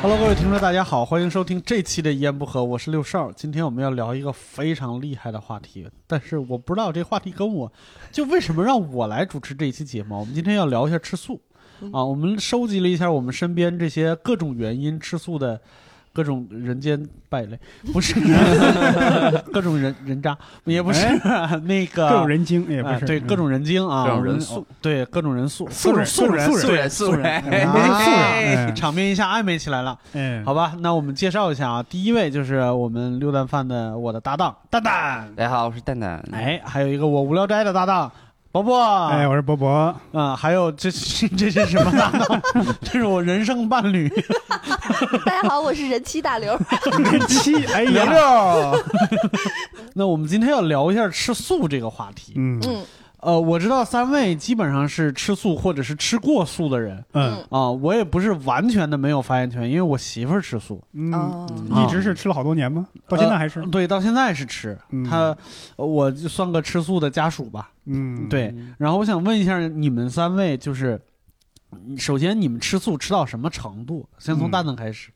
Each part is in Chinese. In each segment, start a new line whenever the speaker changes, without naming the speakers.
Hello，各位听众，大家好，欢迎收听这期的《一言不合》，我是六少。今天我们要聊一个非常厉害的话题，但是我不知道这话题跟我，就为什么让我来主持这一期节目？我们今天要聊一下吃素
嗯
啊，我们收集了一下我们身边这些各种原因吃素的。各种人间败 类，不是 各种人人渣，也不是、 那个
哎各种人精也不
哎
是，嗯
对各种人精啊，
各种
我
人
们
素，
对各种人素，
素人
各种
素人
素人
素人
人
素
人
哎
素人哎
场面一下暧昧起来了。
哎，
好吧，那我们介绍一下啊，第一位就是我们六蛋饭的我的搭档蛋蛋，
大家好，我是蛋蛋。
哎，还有一个我无聊斋的搭档。伯伯，
哎，我是博博，
嗯，还有这这是什么搭档？ 这是我人生伴侣
大家好，我是人妻大刘。
人妻， 哎
杨
呀，
六。那我们今天要聊一下吃素这个话题。
嗯
嗯
呃，我知道三位基本上是吃素或者是吃过素的人
嗯
啊、我也不是完全的没有发言权，因为我媳妇儿吃素，
嗯，
哦，
啊
一直是吃了好多年吗？到现在还是，
对，到现在是吃。
嗯
她，呃我就算个吃素的家属吧。
嗯，
对，然后我想问一下你们三位，就是首先你们吃素吃到什么程度？先从
嗯
蛋蛋开始。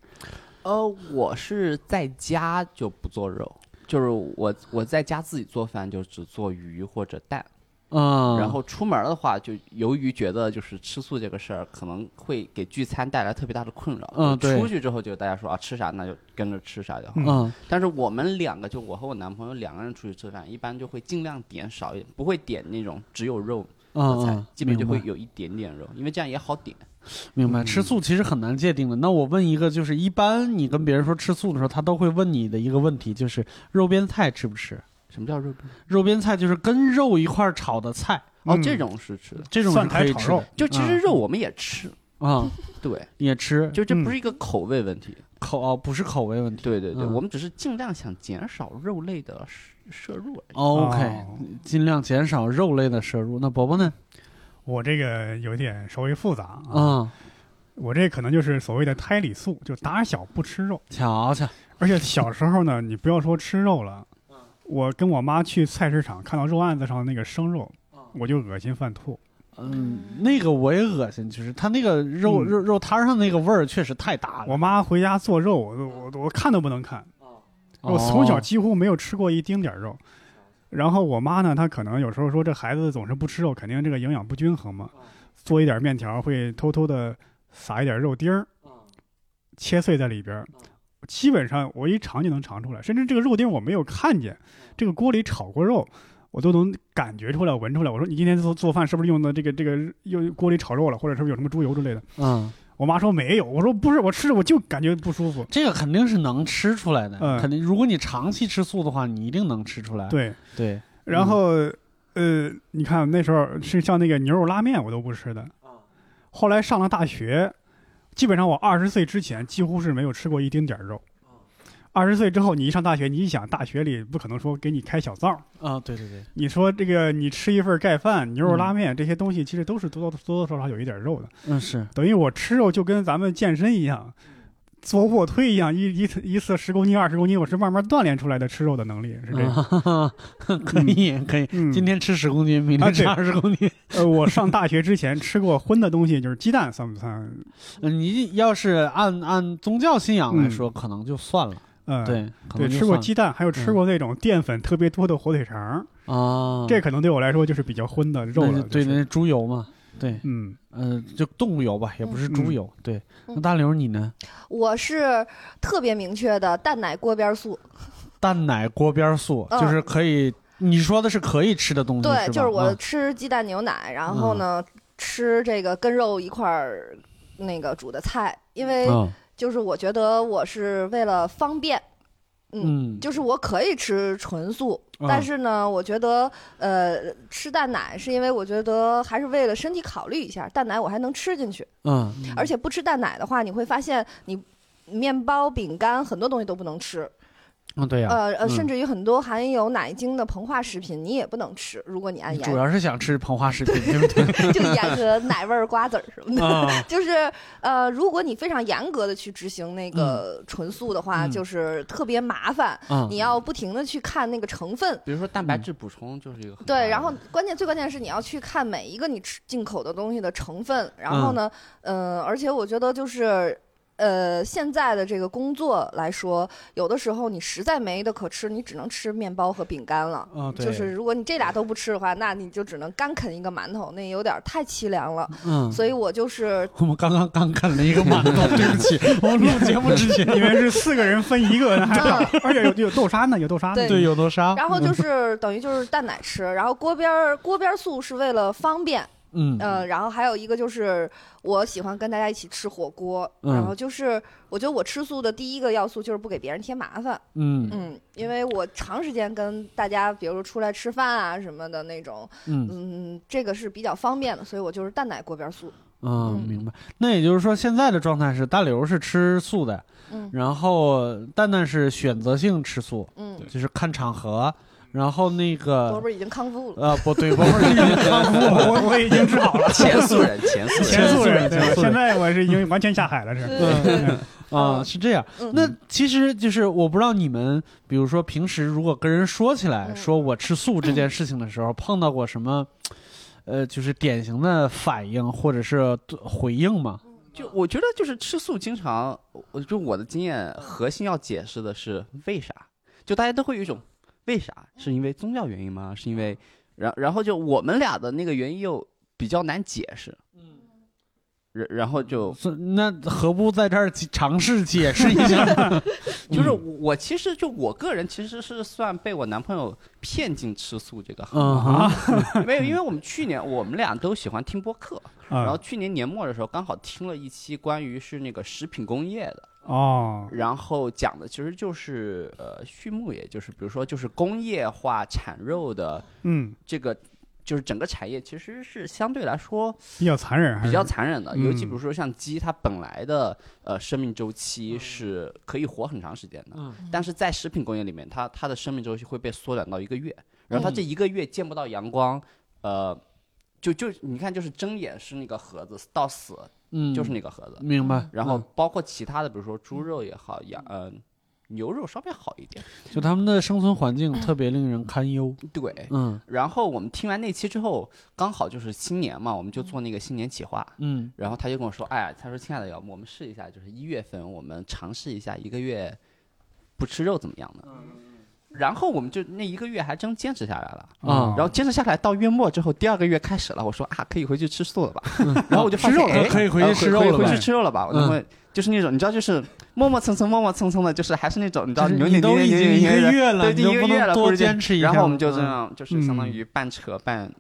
呃，我是在家就不做肉，就是我我在家自己做饭，就只做鱼或者蛋。
嗯，
然后出门的话，就由于觉得就是吃素这个事儿可能会给聚餐带来特别大的困扰。
嗯对
出去之后就大家说啊吃啥那就跟着吃啥就好。
嗯
但是我们两个就我和我男朋友两个人出去吃饭，一般就会尽量点少一点，不会点那种只有肉的
嗯，
菜
嗯，
基本就会
明白
有一点点肉，因为这样也好点。
明白。吃素其实很难界定的。那我问一个，就是一般你跟别人说吃素的时候，他都会问你的一个问题，就是肉边菜吃不吃？
什么叫肉片？
肉边菜就是跟肉一块儿炒的菜，
哦，
嗯
这种是吃的。
这种是
蒜
可
苔
以
炒
吃
肉
的，
就其实肉我们也吃，
啊，
对，
也 吃，
就这
嗯
不是一个口味问题，
口哦不是口味问题。
对对对，
嗯
我们只是尽量想减少肉类的摄摄入而已。
OK，
哦
尽量减少肉类的摄入。那伯伯呢？
我这个有点稍微复杂啊，
啊，
我这可能就是所谓的胎里素，就打小不吃肉，
嗯瞧瞧，
而且小时候呢， 你不要说吃肉了，
嗯
我跟我妈去菜市场看到肉案子上那个生肉，我就恶心犯吐，
嗯，那个我也恶心，就是它那个肉、
嗯
肉肉摊上那个味儿确实太大了。
我妈回家做肉，我我我看都不能看。我
哦
从小几乎没有吃过一丁点儿肉。然后我妈呢，她可能有时候说这孩子总是不吃肉，肯定这个营养不均衡嘛，做一点面条会偷偷的撒一点肉丁儿，切碎在里边儿。基本上我一尝就能尝出来，甚至这个肉丁我没有看见，这个锅里炒过肉，我都能感觉出来、闻出来。我说你今天做做饭是不是用的这个这个用锅里炒肉了，或者是不是有什么猪油之类的？
嗯，
我妈说没有，我说不是，我吃着我就感觉不舒服。
这个肯定是能吃出来的，
嗯
肯定。如果你长期吃素的话，你一定能吃出来。
对，
对，
然后、呃，你看那时候是像那个牛肉拉面我都不吃的，后来上了大学，基本上我二十岁之前几乎是没有吃过一丁点儿肉。二十岁之后，你一上大学，你一想，大学里不可能说给你开小灶儿，
啊，对对对，
你说这个你吃一份盖饭、牛肉拉面、这些东西，其实都是多多多多少少有一点肉的。
嗯是，
等于我吃肉就跟咱们健身一样，做卧推一样，一一次一次十公斤、二十公斤，我是慢慢锻炼出来的吃肉的能力，是这样。
啊 可以可以，
嗯
今天吃十公斤，明天吃
啊
二十公斤。
呃，我上大学之前吃过荤的东西，就是鸡蛋，算不算？
嗯你要是按按宗教信仰来说，可能就算了。
嗯，
对，可
对，
能就
吃过
算嗯
鸡蛋，还有吃过那种淀粉特别多的火腿肠儿，
了啊，
这可能对我来说就是比较荤的肉
那
了。
就对，
就是
那猪油嘛，对，
嗯，
嗯，就动物油吧，也不是猪油。对，
嗯
那大刘你呢？
我是特别明确的蛋奶锅边素，
蛋奶锅边素
嗯
就是可以，你说的是可以吃的东西，
对，
吧
就是我
啊
吃鸡蛋牛奶，然后呢吃这个跟肉一块儿那个煮的菜，因为
嗯
就是我觉得我是为了方便，
嗯，
就是我可以吃纯素，
啊
但是呢，我觉得呃吃蛋奶是因为我觉得还是为了身体考虑一下，蛋奶我还能吃进去。
嗯，
而且不吃蛋奶的话，你会发现你面包、饼干很多东西都不能吃，
嗯，对呀，
呃呃，
嗯
甚至于很多含有奶精的膨化食品你也不能吃，如果你按
你
盐
主，要是想吃膨化食品，对不 对？
就盐和奶味儿瓜子儿什么的。
啊，
就是呃，如果你非常严格的去执行那个纯素的话，
嗯
就是特别麻烦，
嗯
你要不停的去看那个成分。
比如说蛋白质补充就是一个很大的
嗯
对，然后关键最关键是你要去看
嗯
每一个你吃进口的东西的成分，然后呢，呃，而且我觉得就是呃现在的这个工作来说，有的时候你实在没的可吃，你只能吃面包和饼干了。
啊，对，
就是如果你这俩都不吃的话，那你就只能干啃一个馒头，那有点太凄凉了。
嗯，
所以嗯我就是
我们刚刚刚啃了一个馒 头，对不起， 我们录节目之前，
因为是四个人分一个，那还
嗯
而且有有豆沙呢，有豆沙呢。
对
对，有多沙，
然后就是等于就是蛋奶吃，然后锅边儿锅边儿素是为了方便，
嗯
呃，然后还有一个就是我喜欢跟大家一起吃火锅，
嗯
然后就是我觉得我吃素的第一个要素就是不给别人添麻烦，
嗯
嗯，因为我长时间跟大家，比如说出来吃饭啊什么的那种，
嗯
嗯，这个是比较方便的，所以我就是蛋奶锅边素，
嗯，明白。那也就是说，现在的状态是大刘是吃素的，
嗯
然后蛋蛋是选择性吃素，
嗯，
就是看场合，然后那
波
个
波已经康复了，
呃不对，我 是已经康复了，
我我已经治好了，
前素人，前素人，
前
素
素人，
人
对
前素人
现在我是已经完全下海了，是。
对对对，
啊、
嗯
是这样。
嗯
那其实就是我不知道你们，比如说平时如果跟人说起来，
嗯
说我吃素这件事情的时候，碰到过什么，呃，就是典型的反应或者是回应吗？
就我觉得就是吃素，经常我就我的经验，核心要解释的是为啥，就大家都会有一种为啥，是因为宗教原因吗？是因为然然后就我们俩的那个原因又比较难解释，
嗯
然然后就
所以那何不在这儿解尝试解释一 下？啊
就是我我其实就我个人其实是算被我男朋友骗进吃素这个
嗯
行
哈，
业，没有，因为我们去年我们俩都喜欢听播客，
嗯
然后
啊，
去年年末的时候刚好听了一期关于是那个食品工业的。
哦，
然后讲的其实就是呃畜牧业，就是比如说就是工业化产肉的
嗯，
这个，就是整个产业其实是相对来说
比较残忍，还
比
是
较残忍的，
嗯
尤其比如说像鸡，它本来的呃生命周期是可以活很长时间的，
嗯
但是在食品工业里面，它它的生命周期会被缩短到一个月，然后它这一个月见不到阳光，呃。就就你看，就是睁眼是那个盒子，到死
嗯，
就是那个盒子，
明白。嗯
然后包括其他的，比如说猪肉也好，羊呃牛肉稍微好一点。
就他们的生存环境特别令人堪忧。
对，
嗯
然后我们听完那期之后，刚好就是新年嘛，我们就做那个新年企划。
嗯
然后他就跟我说：“哎呀，他说亲爱的，要不我们试一下，就是一月份我们尝试一下一个月不吃肉怎么样呢？”然后我们就那一个月还真坚持下来了。
啊
然
嗯
后坚持下来到月末之后，第二个月开始了，我说啊，可以回去吃素了 吧？然后我就发
吃
现
肉了
哎
可以回
呃
去吃肉了吧
回
嗯
去吃肉了吧？我那么就是那种你知道，就是磨磨蹭蹭、磨磨蹭蹭的，就是还是那种你知道
就是
扭
你
扭
都
捏
已经
捏、扭扭
一
捏
个
捏
月了，
对，
你
第一
就
个
不
月
能
了，
多
或者
坚持一下吗。
然后我们就这
嗯
样，就是相当于半扯半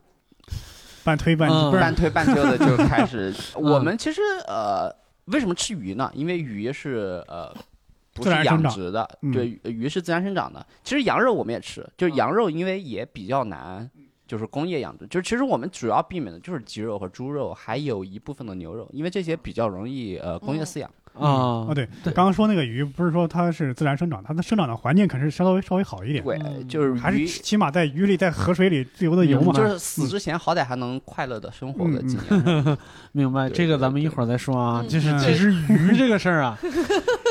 半推半
嗯
不
半
是嗯
推半就 的就开始。我们其实呃，为什么吃鱼呢？因为鱼是呃。不
自然
是养
生长
殖的，
嗯
对，呃鱼是自然生长的。其实羊肉我们也吃，就是羊肉因为也比较难，就是工业养殖。就是其实我们主要避免的就是鸡肉和猪肉，还有一部分的牛肉，因为这些比较容易呃工业饲养。
啊
哦，，对，刚刚说那个鱼，不是说它是自然生长，它的生长的环境肯定是稍微稍微好一点，
对，
嗯
就是
还
鱼
是起码在鱼里在河水里自由的游嘛嗯
明白。
嗯就是死之前好歹还能快乐的生活个几年。
明白，
对
这个
对
咱们一
对
会儿再说啊。
嗯
就是
嗯
其实鱼这个事儿啊，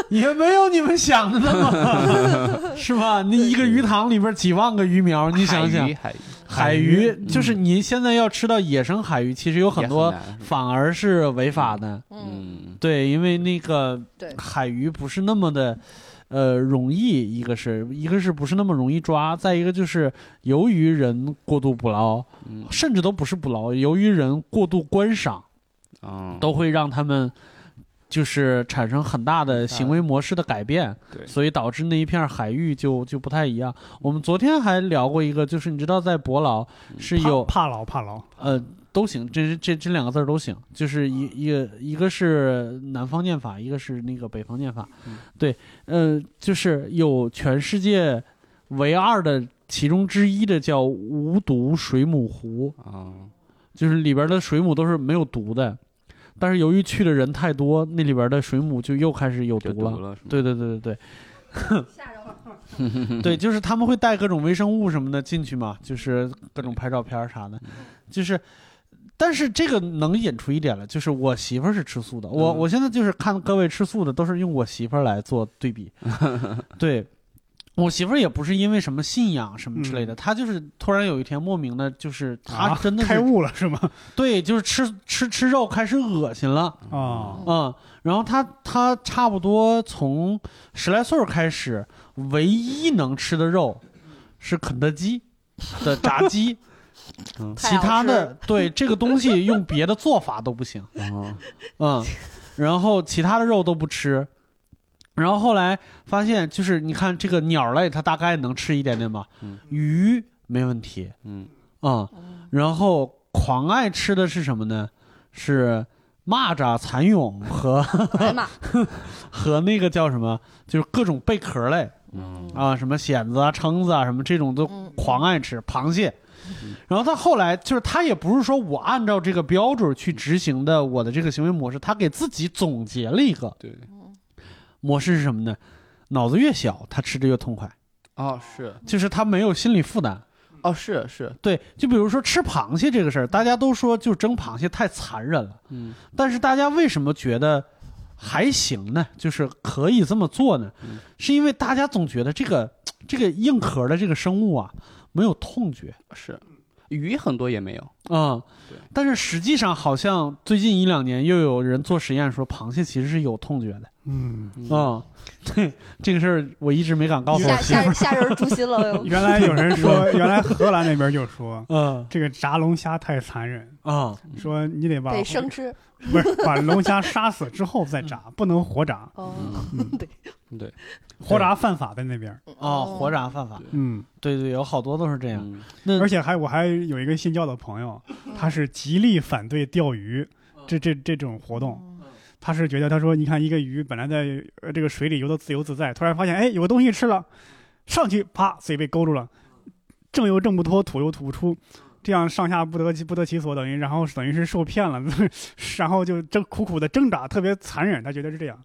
也没有你们想的那么，是吧？那一个鱼塘里边几万个鱼苗，
嗯
你想
海
想
鱼，，海鱼
海
海
鱼
鱼
就是你现在要吃到野生海鱼，其实有很多
也难是吧
反而是违法的。
嗯，
嗯，
对，因为那个
对
海鱼不是那么的，呃，容易。一个是，一个是不是那么容易抓？再一个就是，由于人过度捕捞，
嗯
甚至都不是捕捞，由于人过度观赏，
嗯，
都会让他们就是产生很大的行为模式的改变，
对
所以导致那一片海域就就不太一样。我们昨天还聊过一个，就是你知道在博鳌是
怕
有
怕老怕老，
呃都行，这这这两个字儿都行，就是一一个一个是南方念法，一个是那个北方念法，
嗯
对，呃，就是有全世界唯二的其中之一的叫无毒水母湖，
嗯
就是里边的水母都是没有毒的，但是由于去的人太多，那里边的水母就又开始有
就
毒了。
毒了是吗
对对对对
吓着了，
对对，就是他们会带各种微生物什么的进去嘛，就是各种拍照片儿啥的，就是。但是这个能引出一点来，就是我媳妇儿是吃素的，我
嗯
我现在就是看各位吃素的，都是用我媳妇儿来做对比，对，我媳妇儿也不是因为什么信仰什么之类的，她就是突然有一天莫名的，就是她
啊
真的是、
开悟了是吗？
对，就是吃吃吃肉开始恶心了，
啊
嗯，然后她她差不多从十来岁儿开始，唯一能吃的肉是肯德基的炸 鸡
嗯，
其他的对这个东西用别的做法都不行。
啊，
嗯，然后其他的肉都不吃。然后后来发现，就是你看这个鸟类，它大概能吃一点点吧，
嗯
鱼没问题
嗯，
啊、嗯。然后狂爱吃的是什么呢？是蚂蚱、蚕蛹和
哎呀妈，
和那个叫什么，就是各种贝壳类
嗯
啊，什么蚬子啊、蛏子啊，什么这种都
嗯，
狂爱吃螃蟹。然后他后来就是他也不是说我按照这个标准去执行的我的这个行为模式，他给自己总结了一个
对，
模式是什么呢？脑子越小，他吃的越痛快，
哦是
就是他没有心理负担。
哦是是，
对，就比如说吃螃蟹这个事儿，大家都说就蒸螃蟹太残忍了，
嗯
但是大家为什么觉得还行呢？就是可以这么做呢
嗯？
是因为大家总觉得这个这个硬壳的这个生物啊，没有痛觉。
是，鱼很多也没有，
嗯
对，
但是实际上好像最近一两年又有人做实验说螃蟹其实是有痛觉的。
嗯，
嗯， 对这个事儿我一直没敢告诉我
吓
媳妇
吓
儿。
吓人诛心了哟。
原来有人说，原来荷兰那边就说
嗯
这个炸龙虾太残忍，
啊
说你得把
得生吃
不是把龙虾杀死之后再炸，不能活炸，
哦，
嗯
对
对，
活炸犯法在那边。
啊，
哦
活炸犯法。
嗯，
对对，有好多都是这样。
嗯
那
而且还我还有一个信教的朋友，他是极力反对钓鱼这这这种活动。
动
他是觉得他说，你看一个鱼本来在呃这个水里游得自由自在，突然发现哎有个东西吃了，上去啪嘴被勾住了，挣又挣不脱，吐又吐不出。这样上下不得其不得其所，等于然后等于是受骗了， 然后就挣苦苦的挣扎，特别残忍。他觉得是这样，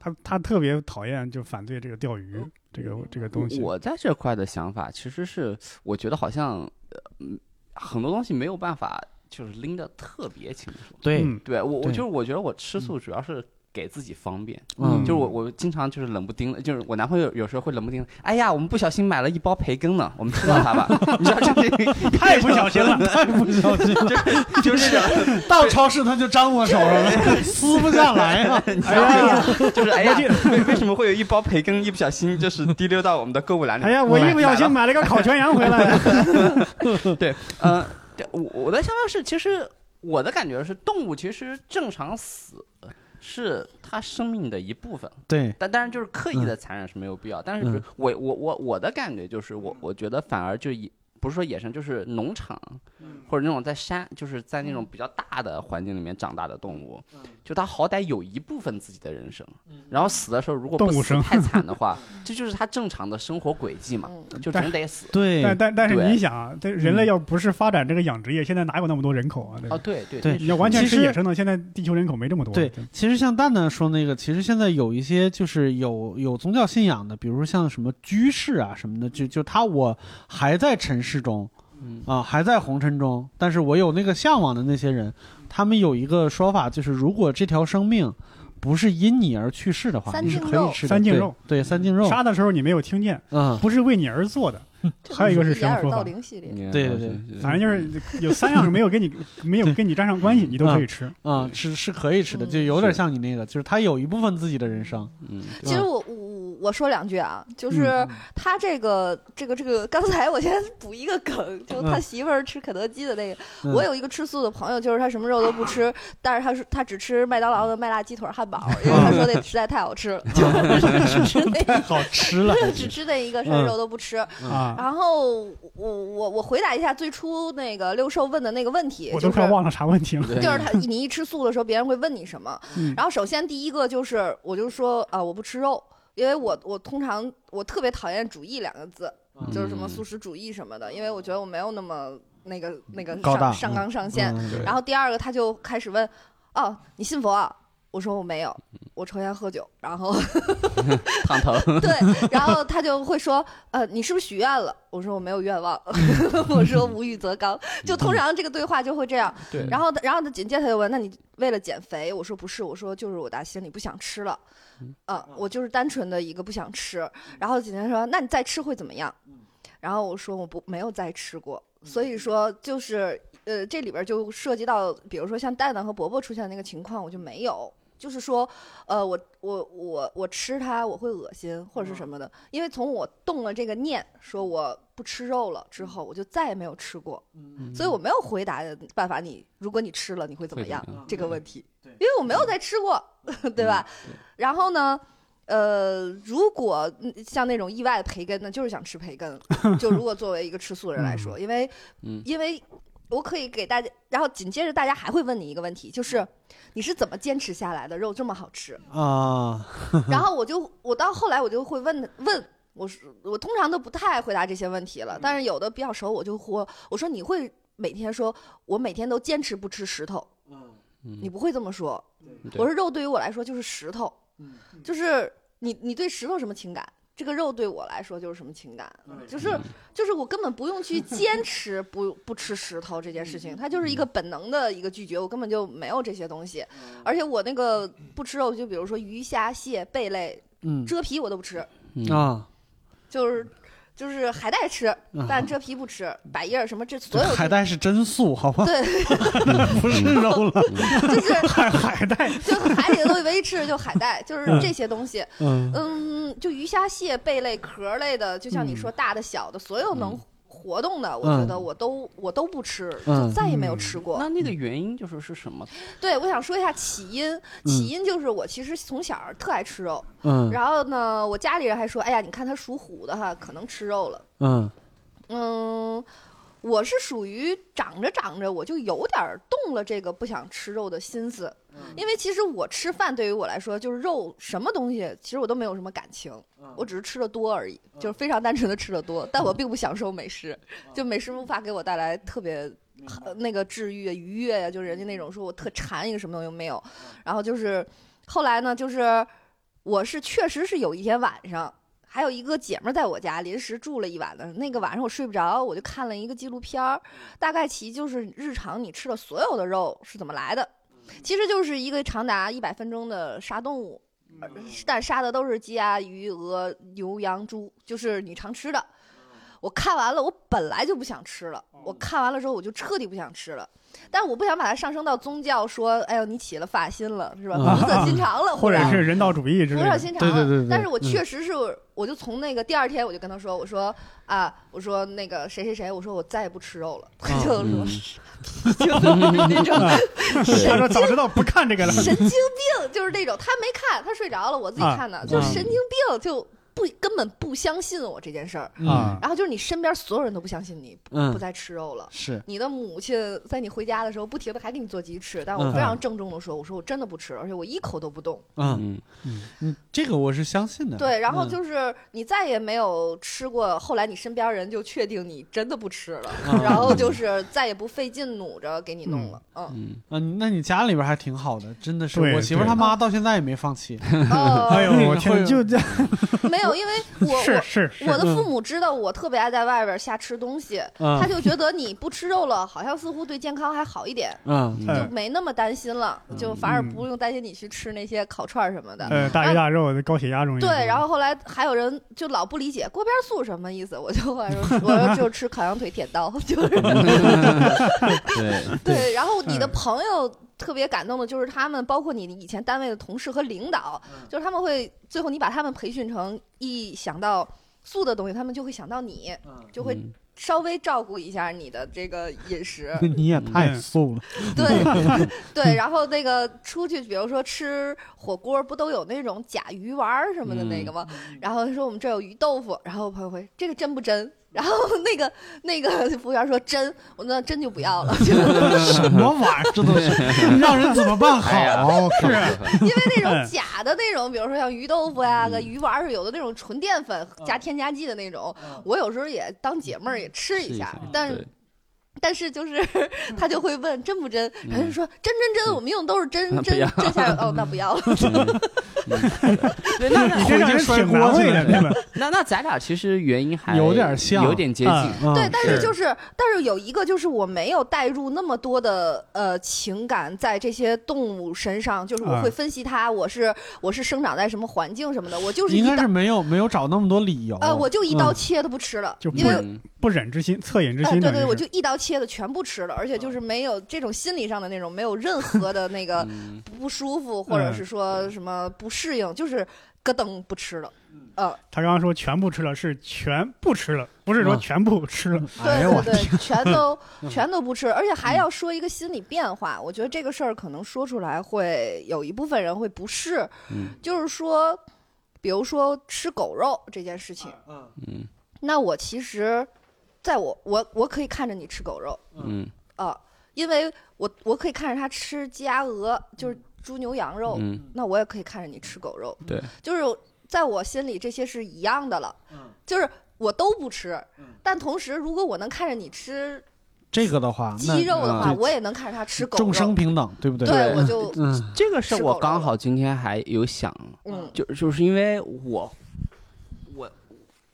他他特别讨厌就反对这个钓鱼
嗯
这个这个东西。
我在这块的想法其实是，我觉得好像，呃嗯，很多东西没有办法就是拎得特别清楚。
对，
嗯
对我，我
对
就是我觉得我吃素主要是给自己方便，
嗯，
就是我我经常就是冷不丁的，就是我男朋友有时候会冷不丁地，哎呀，我们不小心买了一包培根呢，我们吃掉它吧。 你知道这是
太不小心了，
太不小 心了，
就是 这种，
到超市他就粘我手上了，撕不下来啊。
你知道这种哎就是哎呀，为为什么会有一包培根一不小心就是滴溜到我们的购物篮里？
哎呀，我一不小心买了个烤全羊回来。
对，嗯，对我我的想法是，其实我的感觉是，动物其实正常死是它生命的一部分，
对，
但当然就是刻
嗯
意的残忍是没有必要。但是比如
嗯
我我我我的感觉就是我，我
嗯
觉得反而就以不是说野生，就是农场
嗯
或者那种在山，就是在那种比较大的环境里面长大的动物，
嗯
就它好歹有一部分自己的人生，然后死的时候如果不
动物
死
生
太惨的 话，这就是它正常的生活轨迹嘛，就
嗯但
总得死。
对嗯
但，但但是
对
你想啊，这人类要不是发展这个养殖业，现在哪有那么多人口啊？对
哦，
吧？
对对
对
那是
你要完全
其
吃
实
野生的，现在地球人口没这么多。
对，其实像蛋蛋说那个，其实现在有一些就是有有宗教信仰的，比如说像什么居士啊什么的，就就他我还在尘世中
嗯
啊、还在红尘中，但是我有那个向往的那些人，他们有一个说法，就是如果这条生命不是因你而去世的话，
三
你是
净
可以
肉
吃的
三净肉，
对对三净肉，
杀的时候你没有听见，
嗯，
不是为你而做的。还有一个是什
掩
么
耳
说
盗
法？
铃系列，
对对对
反正
嗯
就是有三样没有 跟你没有跟你沾上关系，你都可以吃。
啊、是是可以吃的，
嗯
就有点
是
像你那个，就是他有一部分自己的人生，
嗯，
其
啊
实我我我说两句啊，
嗯
就是 他这个这个这个，刚才我先补一个梗，就他
嗯
媳妇儿吃肯德基的那个，
嗯
我有一个吃素的朋友，就是他什么肉都不
啊
吃，但是他说他只吃麦当劳的麦辣鸡腿 汉堡，因为他说那实在太好吃了，就是只吃那
好吃了，
只吃那
嗯
一个，什么肉都不吃。
嗯
啊，
然后我我我回答一下最初那个六兽问的那个问题，
我
就
都
是
快忘了啥问题了。
对
就是他，你一吃素的时候，别人会问你什么。
嗯
然后首先第一个就是，我就说啊、我不吃肉，因为我我通常我特别讨厌“主义”两个字，就是什么
嗯
素食主义什么的，因为我觉得我没有那么那个那个
高大
上上纲上线。
嗯
然后第二个他就开始问，哦，你信佛啊？我说我没有，我抽烟喝酒，然后
烫头。
对，然后他就会说，呃，你是不是许愿了？我说我没有愿望， 我说无欲则刚，就通常这个对话就会这样。
对
然后他，然后他紧接着他就问，那你为了减肥？我说不是，我说就是我打心里不想吃了，嗯、我就是单纯的一个不想吃。然后紧接着说，那你再吃会怎么样？然后我说我不没有再吃过，所以说就是呃，这里边就涉及到，比如说像蛋蛋和伯伯出现的那个情况，我就没有。就是说，呃，我我我我吃它我会恶心或者是什么的，因为从我动了这个念，说我不吃肉了之后，我就再也没有吃过，
嗯
嗯
所以我没有回答办法你。如果你吃了，你会怎么样
会怎么样嗯
这个问题？
对
因为我没有再吃过， 对吧？然后呢，呃，如果嗯像那种意外的培根呢，就是想吃培 根。就如果作为一个吃素人来说，因为
嗯
因为我可以给大家，然后紧接着大家还会问你一个问题，就是你是怎么坚持下来的？肉这么好吃？
啊，
然后我就我到后来我就会问问。我说我通常都不太爱回答这些问题
嗯
了，但是有的比较熟，我就会我说你会每天说，我每天都坚持不吃石头，你
嗯，
不会这么说。
对嗯
我说肉对于我来说就是石头，就是你你对石头什么情感，这个肉对我来说就是什么情感，
嗯
就是就是我根本不用去坚持 不不吃石头这件事
嗯
情，它就是一个本能的一个拒绝，我根本就没有这些东西，
嗯
而且我那个不吃肉，就比如说鱼虾蟹贝类，
嗯
遮皮我都不吃，
嗯
啊，嗯
就是。就是海带吃，但遮皮不吃，百叶什么这所有
海带是真素，好吧？
对，
不是肉了。
就是
海海带，
就海里的东西唯一吃的就海带，就是这些东西。
嗯
嗯，就鱼虾蟹贝类壳类的，就像你说大的小的，所有能活动的，我觉得我都我都不吃，
嗯
就再也没有吃过。
那那个原因就是是什么？
对，我想说一下起因，起因就是我其实从小儿特爱吃肉，
嗯
然后呢，我家里人还说，哎呀，你看他属虎的哈，可能吃肉了。
嗯
嗯，我是属于长着长着我就有点儿动了这个不想吃肉的心思，因为其实我吃饭对于我来说就是肉什么东西，其实我都没有什么感情，我只是吃的多而已，就是非常单纯的吃的多，但我并不享受美食，就美食无法给我带来特别。呃那个治愈愉悦呀，就是人家那种说我特馋一个什么东西没有，然后就是后来呢，就是我是确实是有一天晚上，还有一个姐们儿在我家临时住了一晚的，那个晚上我睡不着，我就看了一个纪录片儿，大概其就是日常你吃的所有的肉是怎么来的，其实就是一个长达一百分钟的杀动物，呃但杀的都是鸡鸭鱼鹅牛羊猪，就是你常吃的。我看完了，我本来就不想吃了，我看完了之后我就彻底不想吃了，但是我不想把它上升到宗教，说，哎呦你起了发心了是吧？
啊
菩萨 心肠了，
或者是人道主义之类
不少
的。
心肠
对对
了。
对对
但是我
嗯
确实是，我就从那个第二天我就跟他说，我说啊，我说那个谁谁谁，我说我再也不吃肉了，
啊
就
嗯
是说就是那种
他说早知道不看这个了。
神经病，就是那种他没看，他睡着了，我自己
啊
看的，就是
啊
神经病，就不根本不相信我这件事儿。
啊
啊
然后就是你身边所有人都不相信你不不
嗯，
再吃肉了。
是
你的母亲在你回家的时候，不停的还给你做鸡翅，但我
嗯
非常郑重的说，我说我真的不吃，而且我一口都不动。
嗯，
嗯
嗯这个我是相信的。
对，然后
嗯
就是你再也没有吃过，后来你身边人就确定你真的不吃了，
嗯
然后就是再也不费劲努着给你弄了，嗯，
嗯，
啊，你那你家里边还挺好的，真的是。
对
我媳妇儿
对
她妈到现在也没放弃。
哦，
哎呦，我
嗯会有
天，就这
没有，因为我
是是是嗯
我我的父母知道我特别爱在外边瞎吃东西，
嗯
他就觉得你不吃肉了，好像似乎对健康还好一点，
嗯
嗯
就没那么担心了，就反而
嗯
不用担心你去吃那些烤串儿什么的。
呃，大鱼大肉的高血压容易。
对，然后后来还有人就老不理解锅边素什么意思，我就后 来说，我说就是吃烤羊腿舔刀，就是
对，
对。然后你的朋友特别感动的就是他们，包括你以前单位的同事和领导，就是他们会最后你把他们培训成一想到素的东西，他们就会想到你，就会
嗯
稍微照顾一下你的这个 饮食。
你也太
嗯
素 了。
对 对，然后那个出去，比如说吃火锅，不都有那种假鱼丸儿什么的那个吗？然后他说我们这儿有鱼豆腐，然后我朋友会这个真不真？ 然后那个那个服务员说真，我那真就不要了，就是
什么玩意儿？这都 是让人怎么办好？
哎呀
我靠
因为那种假的那种，比如说像鱼豆腐呀、个鱼丸儿，有的那种纯淀粉加添加剂的那种，我有时候也当解闷儿也吃一下，但是。但是就是他就会问真不真，然后就
嗯
说真真真，
对
我们用的都是真
那不
真
要
真下来哦，那不要了。
对 那
你
那
这让人挺难为的，对吧？
那那咱俩其实原因还
有点像
有点接近。
嗯
对，但是
是
就是，但是有一个就是我没有带入那么多的呃情感在这些动物身上，就是我
啊
会分析它，我是我是生长在什么环境什么的，我就是
应
一
该
刀
是没有没有找那么多理由。
呃我就一刀
嗯
切的不吃了，
就
因为
不
嗯
不忍之心，恻隐之
哎，
心
对
等于是。
对，我就一刀切的全部吃了，而且就是没有这种心理上的那种，没有任何的那个
嗯
不舒服，或者
嗯
是说什么不适应，就是咯噔不吃了。
嗯
呃，
他刚刚说全部吃了，是全不吃了，不是说
嗯
全部吃了。
哎
对
呦我嗯
对对，全都
嗯
全都不吃，而且还要说一个心理变化，我觉得这个事儿可能说出来会有一部分人会不适，
嗯
就是说，比如说吃狗肉这件事情，
嗯
那我其实，在我我我可以看着你吃狗肉，
嗯
啊，因为我我可以看着他吃鸡鸭鹅，就是猪牛羊肉，
嗯，
那我也可以看着你吃狗肉，
对，
就是在我心里这些是一样的了，
嗯
就是我都不吃
嗯，
但同时如果我能看着你吃
这个的话，那
鸡肉的话，
嗯
我也能看着他吃狗
众生
肉，
平等，对不对？
对，我
嗯
就
嗯
这个事儿
吃
我
狗
刚
肉
好今天还有想
嗯
就就是因为我，我，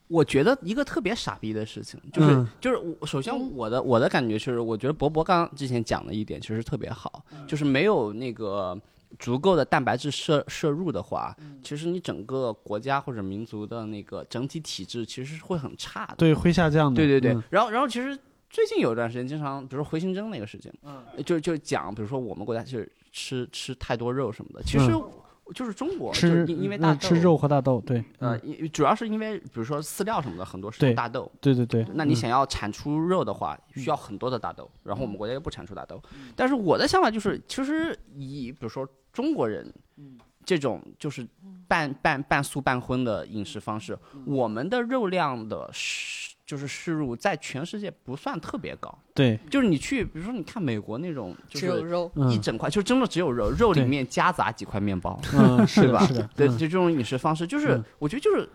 我觉得一个特别傻逼的事情，就是、
嗯
就是我首先
嗯
我的我的感觉是，我觉得博博刚刚之前讲的一点其实特别好，就是没有那个足够的蛋白质摄摄入的话，其实你整个国家或者民族的那个整体体质其实是会很差的。
对，会下降的。
对对对，
嗯
然后然后其实最近有一段时间，经常比如说回形针那个事情，呃就就讲，比如说我们国家就是吃吃太多肉什么的，其实
嗯
就是中国哦就是
吃
因因为
嗯
大豆
吃肉和大豆，对，
呃
嗯，
因主要是因为比如说饲料什么的，很多是
对
用大豆。
对对对。
那你
嗯
想要产出肉的话，需要很多的大豆，然后我们国家又不产出大豆。
嗯
但是我的想法就是，其实以比如说中国人
嗯
这种就是半半半素半荤的饮食方式，
嗯
我们的肉量的摄就是摄入在全世界不算特别高。
对，
就是你去，比如说你看美国那种，就
只有
是
肉。
嗯
一整块，就真的只有肉，肉里
对
面夹杂几块面包，
嗯，是
对
的，
吧
是的，？
对，
嗯
就这种饮食方式，就是
嗯
我觉得就是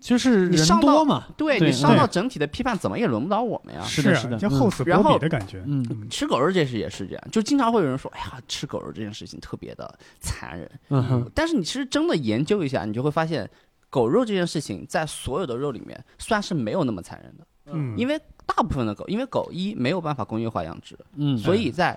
就是
你
人
上
多
到
嘛，
对
对
你上到
对
整体的批判，怎么也轮不到我们呀。
是
啊
的，是的，
就
嗯
厚此
然
薄
后
彼的感觉。
嗯
嗯
吃狗肉这事也是这样，就经常会有人说：“哎呀，吃狗肉这件事情特别的残忍。
嗯哼，”
但是你其实真的研究一下，你就会发现，狗肉这件事情在所有的肉里面算是没有那么残忍的，
嗯，
因为大部分的狗，因为狗一没有办法工业化养殖，
嗯，
所以在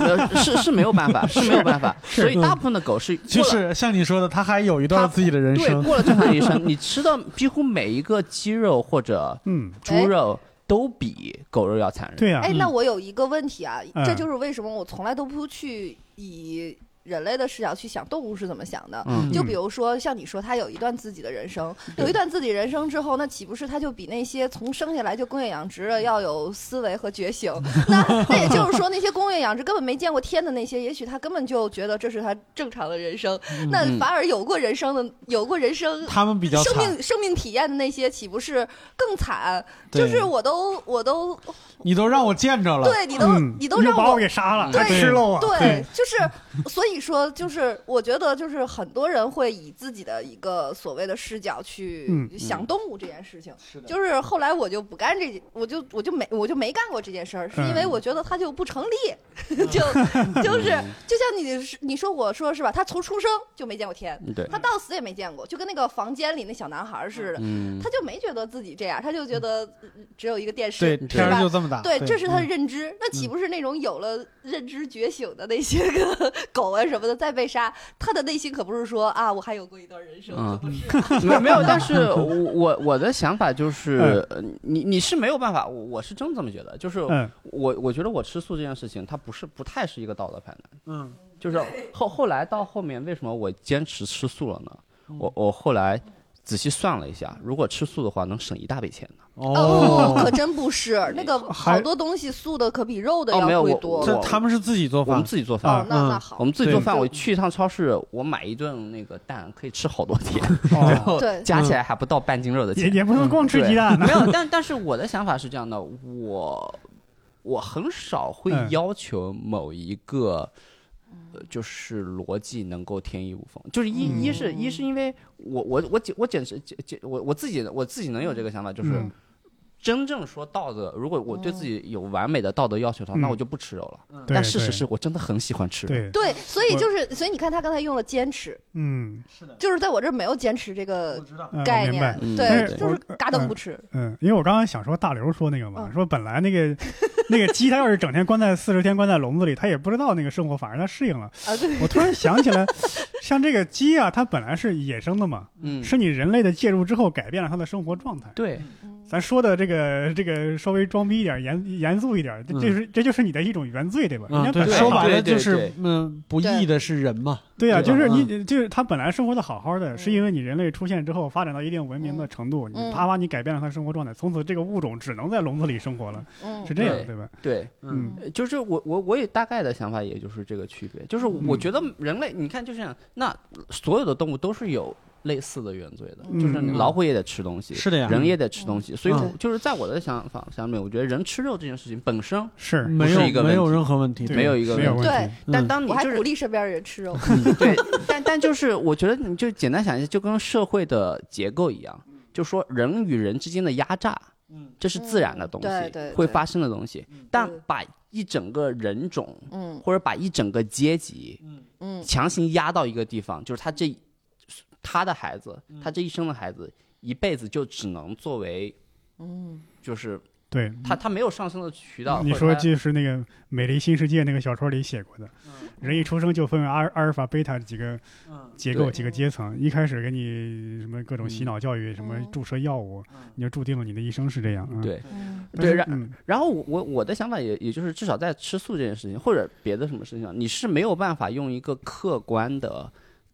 呃是是没有办法，是没有办法，所以大部分的狗是
就
过了
是像你说的，他还有一段
他
自己的人
对
生，
过了正常人生，你吃的几乎每一个鸡肉或者
嗯，
猪肉都比狗肉要残忍。
对啊呀、
哎，那我有一个问题啊，
嗯
这就是为什么我从来都不去以人类的视角去想动物是怎么想的。
嗯，
就
嗯
比如说，像你说，他有一段自己的人生，
对
有一段自己人生之后，那岂不是他就比那些从生下来就工业养殖的要有思维和觉醒？那那也就是说，那些工业养殖根本没见过天的那些，也许他根本就觉得这是他正常的人生。那
嗯
反而有过人生的，有过人生
他们比较
生
惨，
命生命体验的那些，岂不是更惨？
对
就是我都我都
你都让我见着了，
对你都、
嗯
你都
又
让
把
我
我给杀了，
对
还吃肉啊！
对，就是，所以说，就是我觉得，就是很多人会以自己的一个所谓的视角去
嗯
想动物这件事情。
是的
就是后来我就不干这，我就我就没我就没干过这件事儿，是因为我觉得它就不成立， 就就是就像你是你说我说是吧？他从出生就没见过天，
对，
他到死也没见过，就跟那个房间里那小男孩儿似的，
嗯
他就没觉得自己这样，他就觉得嗯只有一个电视
对，，
是
天
吧
儿？就这
啊
么大，
对，这是他的
嗯
认知。那岂不是那种有了认知觉醒的那些个 狗啊什么的再被杀，他的内心可不是说啊，我还有过一段人生，
嗯
可不是。
没没有，但是我我我的想法就是
嗯，
呃你你是没有办法，我我是真这么觉得，就是
嗯
我我觉得我吃素这件事情，它不是不太是一个道德判断，
嗯
就是后后来到后面为什么我坚持吃素了呢？我我后来仔细算了一下，如果吃素的话，能省一大笔钱呢。
哦，可
哦，
真不是，那个好
还
多东西素的可比肉的
哦没
要
有
贵
我
多
我
这
了。
他们是自己做
我们
饭，
自己做
哦
啊
饭，，
那
嗯
那好
我，们自己做
对
饭，我去一趟超市，我买一顿那个蛋可以吃好多天，然
哦，
后
对
加起来还不到半斤 肉的
也
钱。
也不能光吃
对
鸡蛋啊呢
没。 有，但但是我的想法是这样的，我我很少会
嗯
要求某一个。呃，就是逻辑能够天衣无缝，就是一、一是一是因为我我我简我简直简简我我自己我自己能有这个想法，就是
嗯
真正说道德，如果我对自己有完美的道德要求的话，
嗯
那我就不吃肉了。
对
但事实
对
是我真的很喜欢吃肉。
对，
对，所以就是，所以你看他刚才用了坚持，
嗯
是的，
就是在我这儿没有坚持这
我
个
知道。
嗯，我
概
明
念
白。，
嗯
但
对，
是
就是
我
嘎噔不吃。
嗯，因为我刚才想说大刘说那个嘛，
嗯
说本来那个那个鸡，它要是整天关在四十天关在笼子里，它也不知道那个生活，反而它适应了。
啊，对，
我突然想起 来，像这个鸡啊，它本来是野生的嘛，
嗯，
是你人类的介入之后改变了它的生活状态。
对，
嗯
咱说的这个这个稍微装逼一点，严严肃一点，这
嗯
这是这就是你的一种原罪，对吧？人
嗯，
家
对
本，来
说白了
对对
就是
对，
嗯，不易的是人嘛，
对
对
呀、
吧
就是
嗯
你就是他本来生活的好好的，是因为你人类出现之后发展到一定文明的程度，
嗯
你啪啪你改变了它生活状态，从此这个物种只能在笼子里生活了，
嗯
是这样
对
对吧？
对，
嗯
嗯
呃就是我我我也大概的想法，也就是这个区别，就是
嗯
我觉得人类，你看，就是这样那所有的动物都是有类似的原罪的，
嗯
就是你老虎也得吃东西，
是的呀，
人也得吃东西，所以我
嗯
就是在我的想法下面，我觉得人吃肉这件事情本身
是
没
不是
有
一个问
嗯没
题
有任何问题，
对
没有一个
没有
问
问
对
题，，
嗯
但当你
我还
就是嗯
鼓励身边人吃肉。
对，但但就是我觉得你就简单想一下，就跟社会的结构一样，
嗯
就说人与人之间的压榨，
嗯
这是自然的东西，
嗯对对
会
对嗯
发生的东西。但
对
把一整个人种
嗯
或者把一整个阶级
嗯
嗯
强行压到一个地方，就是他这他的孩子，他这一生的孩子，一辈子就只能作为
嗯，
就是
对。
他他没有上升的渠
啊
道。
你
或者
说
他
就是那个《美丽新世界》那个小说里写过的，
嗯
人一出生就分为阿尔阿尔法、贝塔几个
嗯
结构、
对
几个阶层，一开始给你什么各种洗脑教育，什么
嗯
注射药物
嗯，
你就注定了你的一生是这样。嗯
对
嗯
但是
对然
嗯
然后我我我的想法也也就是，至少在吃素这件事情，或者别的什么事情上，你是没有办法用一个客观的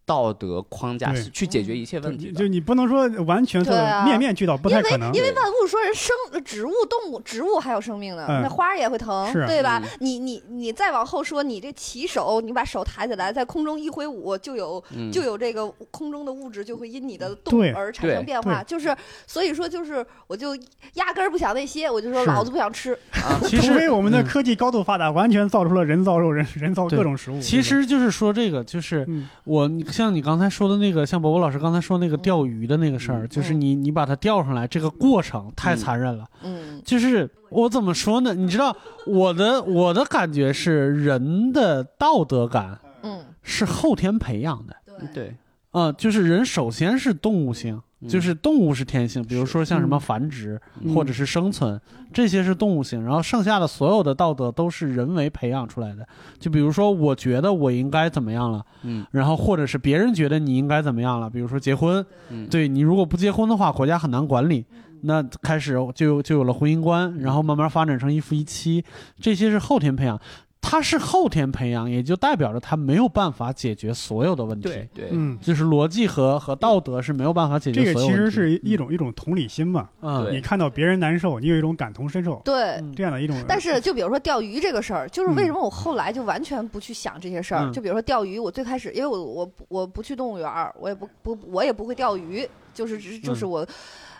道德框架
对
是去解决一切问题
就
的。
就你不能说完全做
对
的
啊
面面俱到，不太可能
因。为万物说人生植物、动物、植物还有生命呢，
嗯
那花儿也会疼，
是
对吧
嗯？
你你你再往后说，你这起手，你把手抬起来，在空中一挥舞，就有
嗯
就有这个空中的物质就会因你的动
对
而产生
对
变化，
对
就是所以说就是我就压根儿不想那些，我就说
是
老子不想吃，
啊，
其
除
实
非我们的
嗯
科技高度发达，完全造出了人造肉、人人造
对
各种食物。
其实就是说这个，就是
嗯
我你像你刚才说的那个，像伯伯老师刚才说那个钓鱼的那个事儿，
嗯
就是你你把它钓上来，这个过程太
嗯
残忍了。
嗯
就是我怎么说呢？你知道我的我的感觉是，人的道德感
嗯，
是后天培养的。
对，
对，
啊、就是人首先是动物性，
嗯
就是动物是天性，比如
是
说像什么
嗯
繁殖、
嗯
或者是生存，这些是动物性。然后剩下的所有的道德都是人为培养出来的。就比如说，我觉得我应该怎么样了，
嗯
然后或者是别人觉得你应该怎么样了。比如说结婚，
嗯，
对你如果不结婚的话，国家很难管理。那开始就有就有了婚姻观，然后慢慢发展成一夫一妻，这些是后天培养。它是后天培养，也就代表着它没有办法解决所有的问题。
对对，
嗯，
就是逻辑和和道德是没有办法解决
这个
所有
其
问题。
实是一种一种同理心嘛。
嗯，
对
你看到别人难受，你有一种感同身受，
对。
嗯
这样的一种。
但是，就比如说钓鱼这个事儿，就是为
嗯
什么我后来就完全不去想这些事儿。
嗯
就比如说钓鱼，我最开始因为我我不我不去动物园儿，我也不不我也不会钓鱼，就是只是就是我，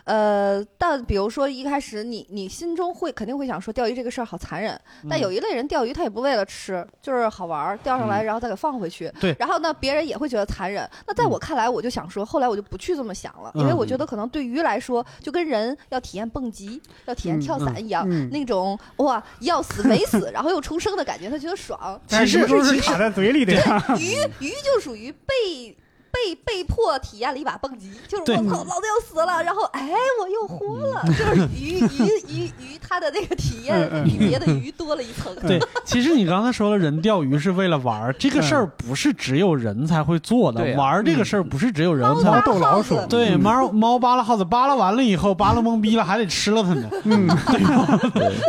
呃，但比如说一开始你你心中会肯定会想说钓鱼这个事儿好残忍，但有一类人钓鱼他也不为了吃，就是好玩儿，钓上来
嗯
然后再给放回去。
对
然后呢，别人也会觉得残忍。那在我看来，我就想说，后来我就不去这么想了，因为我觉得可能对鱼来说，就跟人要体验蹦极、要体验跳伞一样，
嗯嗯
那种哇要死没死， 然后又重生的感觉，他觉得爽。
但
其实
是都是卡在嘴里的呀。
鱼 鱼就属于被。被被迫体验了一把蹦极，就是
对嗯
我靠，老子要死了，然后哎，我又活了，就是鱼鱼鱼鱼，它的那个体验
嗯嗯
比别的鱼多了一层。
对，其实你刚才说了，人钓鱼是为了玩
嗯
儿，这个事儿不是只有人才会做的
对，啊
玩儿这个事儿不是只有人才
猫
会
逗老鼠
对，
嗯
猫猫扒拉耗子扒拉完了以后，扒拉懵逼了，还得吃了它 呢。
嗯，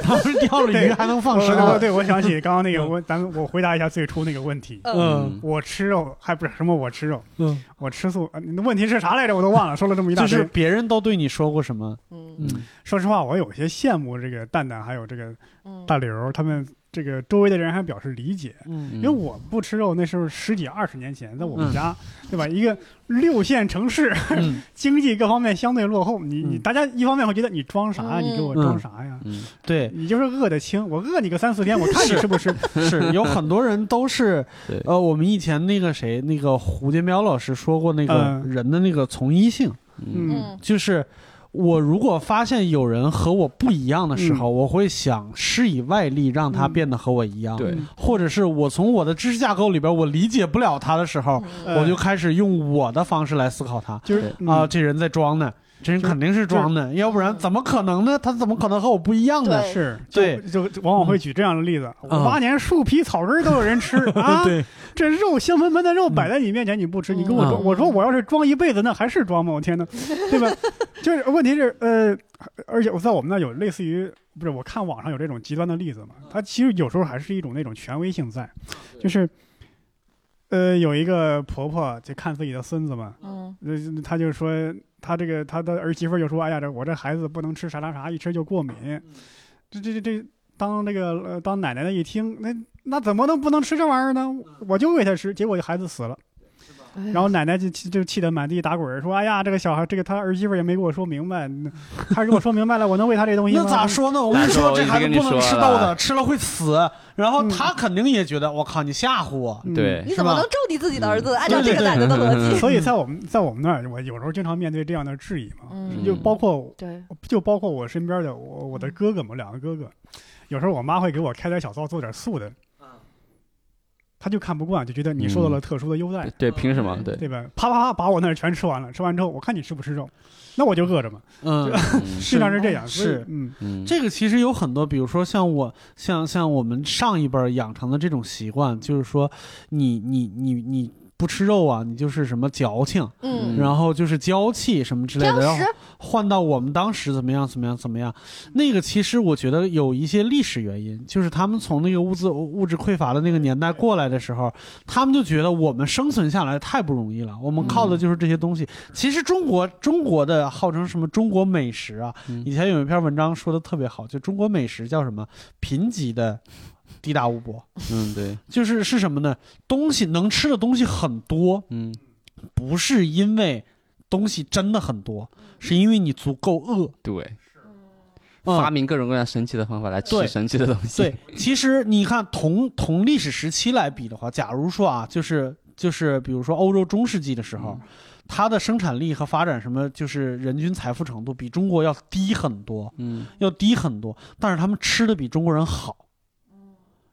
他们钓了鱼还能放生。
我对嗯我想起刚刚那个，
嗯
我咱们我回答一下最初那个问题。
嗯
我吃肉还不是什么？我吃肉，
嗯，
我吃素。呃你的问题是啥来着？我都忘了，说了这么一大
就
堆。
是别人都对你说过什么？
嗯
嗯
说实话，我有些羡慕这个蛋蛋还有这个
嗯，
大刘他们这个周围的人还表示理解。
嗯
因为我不吃肉，那时候十几二十年前，在我们
嗯
家，对吧？一个六线城市，
嗯，
经济各方面相对落后，你你
嗯
大家一方面会觉得你装啥呀？
嗯
你给我装啥呀？
嗯
对，
你就是饿得轻，我饿你个三四天，我看你
是
吃不吃。
是有很多人都 是
对，
呃，我们以前那个谁，那个胡建彪老师说过那个
嗯
人的那个从一性，
嗯
嗯
嗯
就是我如果发现有人和我不一样的时候，我会想施以外力让他变得和我一样，
对
嗯
或者是我从我的知识架构里边我理解不了他的时候，
嗯
呃
我就开始用我的方式来思考他。
就是
对
嗯
啊，这人在装呢，这人
就
肯定是装呢，要不然
嗯
怎么可能呢？他怎么可能和我不一样呢？啊
对
是，
对
就，就往往会举这样的例子：
嗯
五八年树皮草根儿都有 人吃
嗯
啊，
对，
这肉香喷喷的肉摆在你面前你不吃，你跟我
嗯
装，我说我要是装一辈子，那还是装吗？我天呐，对吧？就是问题是，呃，而且我在我们那有类似于，不是我看网上有这种极端的例子嘛，它其实有时候还是一种那种权威性在，就是，呃，有一个婆婆就看自己的孙子嘛，
嗯
呃，她就说她这个她的儿媳妇儿就说，哎呀，这我这孩子不能吃啥啥啥，一吃就过敏，这这这这，当那个呃当奶奶的一听，那那怎么能不能吃这玩意儿呢？我就喂他吃，结果就孩子死了。
嗯
然后奶奶就气就气得满地打滚儿，说：“哎呀，这个小孩，这个他儿媳妇儿也没给我说明白，嗯他跟我说明白了，我能喂他这东西吗？
那咋说呢？我跟你
咋说
说，
我
这
已经
孩子
跟你
不能
说
吃豆子，
了
吃了会死。然后
嗯
他肯定也觉得，我靠，你吓唬我。
嗯
对
你怎么
是吧
能咒你自己的儿子？按
嗯
照
对
这
对
个奶奶的逻辑，
所以在我们在我们那儿，我有时候经常面对这样的质疑嘛，
嗯
就包括
对，
就包括我身边的我我的哥哥们，两个哥哥，有时候我妈会给我开点小灶，做点素的，他就看不惯，就
嗯
觉得你受到了特殊的优待，
对，凭什么？对，
对吧？啪啪啪，把我那儿全吃完了，吃完之后，我看你吃不吃肉，那我就饿着嘛，
嗯，
嗯
实际上是这样，
是
所以嗯
嗯，
这个其实有很多，比如说像我，像像我们上一辈儿养成的这种习惯，就是说你，你你你不吃肉啊，你就是什么矫情，
嗯，
然后就是娇气什么之类的。
挑
然后
食
换到我们当时怎么样怎么样怎么样，那个其实我觉得有一些历史原因，就是他们从那个物资物质匮乏的那个年代过来的时候，他们就觉得我们生存下来太不容易了，我们靠的就是这些东西。其实中国中国的号称什么中国美食啊，
嗯
以前有一篇文章说的特别好，就中国美食叫什么贫瘠的地大物博，
嗯对，
就是是什么呢？东西能吃的东西很多，
嗯
不是因为东西真的很多，是因为你足够饿。
对，发
嗯，
明各种各样神奇的方法来
对
吃神奇的东西。
对，其实你看同同历史时期来比的话，假如说啊，就是就是比如说欧洲中世纪的时候，
嗯
它的生产力和发展什么，就是人均财富程度比中国要低很多，
嗯
要低很多，但是他们吃的比中国人好，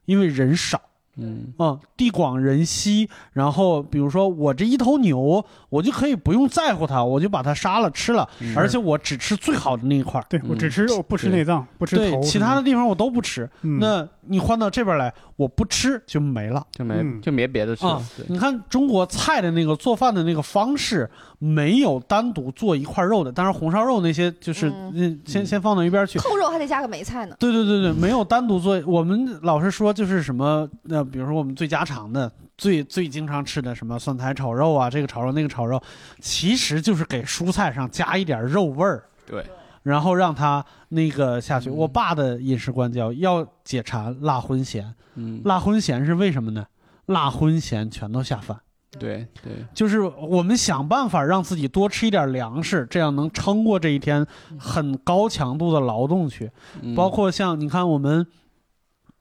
因为人少。
嗯
啊、地广人稀，然后比如说我这一头牛，我就可以不用在乎它，我就把它杀了吃了，
嗯
而且我只吃最好的那一块儿，
对我只吃肉，不吃
对
内脏，不吃
嗯对
头，
其他的地方我都不吃。
嗯
那你换到这边来，我不吃就没了。
就没
嗯
就没别的吃
啊
了。对
你看中国菜的那个做饭的那个方式，没有单独做一块肉的，当然红烧肉那些就是
嗯
嗯先
嗯
先放到一边去。
扣肉还得加个梅菜呢。
对对对对，没有单独做。我们老是说就是什么，那比如说我们最家常的、最最经常吃的什么酸菜炒肉啊，这个炒肉那个炒肉，其实就是给蔬菜上加一点肉味儿，
对，
然后让它那个下去。
嗯
我爸的饮食观叫要解馋辣荤咸，
嗯
辣荤咸是为什么呢？辣荤咸全都下饭，
对对，
就是我们想办法让自己多吃一点粮食，这样能撑过这一天很高强度的劳动去。
嗯
包括像你看我们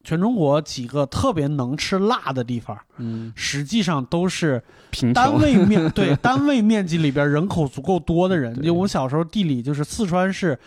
全中国几个特别能吃辣的地方，
嗯
实际上都是
贫
单
穷
位 面对单位面积里边人口足够多的人。
对
就我小时候地理就是四川是。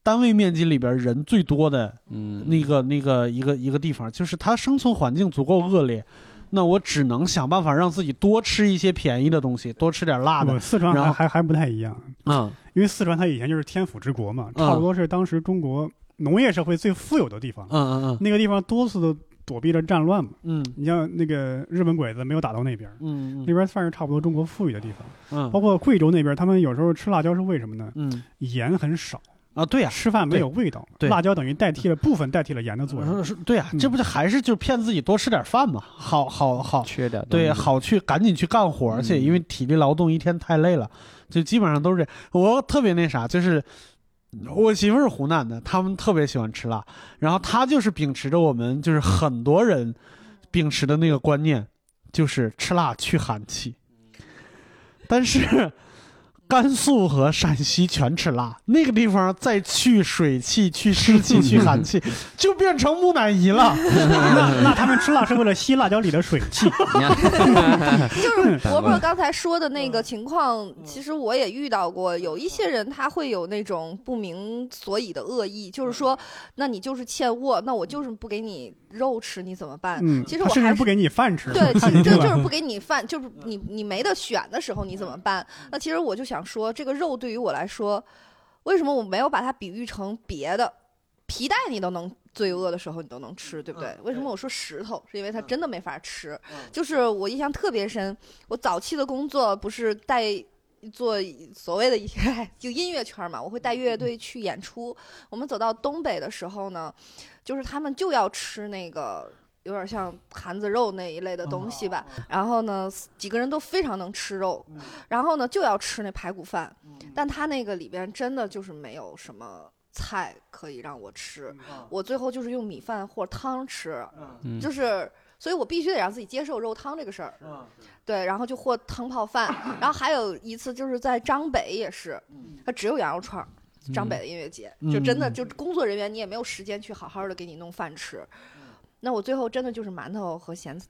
单位面积里边人最多的
嗯
那个、那个一个一个地方，就是它生存环境足够恶劣，那我只能想办法让自己多吃一些便宜的东西，多吃点辣的
不四川
然后
还还还不太一样，
啊、
因为四川它以前就是天府之国嘛，
嗯
差不多是当时中国农业社会最富有的地方。
嗯嗯
那个地方多次的躲避着战乱嘛，
嗯嗯
你像那个日本鬼子没有打到那边，
嗯
那边算是差不多中国富裕的地方。
嗯
包括贵州那边，他们有时候吃辣椒是为什么呢？
嗯
盐很少，
啊，对呀、
吃饭没有味道，
对
辣椒等于代替了部分代替了盐的作用
我。说对呀、
嗯
这不就还是就骗自己多吃点饭嘛？好好好，
缺点东西
对，好去赶紧去干活，而且因为体力劳动一天太累了，就基本上都是这。我特别那啥，就是我媳妇儿是湖南的，他们特别喜欢吃辣，然后她就是秉持着我们就是很多人秉持的那个嗯观念，就是吃辣去寒气，但是。甘肃和陕西全吃辣，那个地方再去水汽、去湿气、去寒 气，就变成木乃伊了。
那那他们吃辣是为了吸辣椒里的水汽，
你 看，
就是伯伯刚才说的那个情况，其实我也遇到过。有一些人他会有那种不明所以的恶意，就是说，那你就是欠饿，那我就是不给你肉吃，你怎么办？
嗯，
其实
他
我
甚
还
至
是
不给你饭吃，
对， 其实
对
这
吧
就是不给你饭，就是你你没得选的时候你怎么办？那其实我就想说，这个肉对于我来说，为什么我没有把它比喻成别的？皮带你都能罪恶的时候你都能吃，对不对？为什么我说石头？是因为它真的没法吃。就是我印象特别深，我早期的工作不是带做所谓的一 些就音乐圈嘛，我会带乐队去演出。我们走到东北的时候呢，就是他们就要吃那个有点像盘子肉那一类的东西吧。
哦
然后呢，几个人都非常能吃肉，然后呢就要吃那排骨饭，但他那个里边真的就是没有什么。菜可以让我吃，我最后就是用米饭或汤吃，
嗯
就是，所以我必须得让自己接受肉汤这个事儿。对，然后就和汤泡饭，然后还有一次就是在张北也是，它只有羊肉串儿。张北的音乐节、就真的
嗯
就工作人员你也没有时间去好好的给你弄饭吃，那我最后真的就是馒头和咸，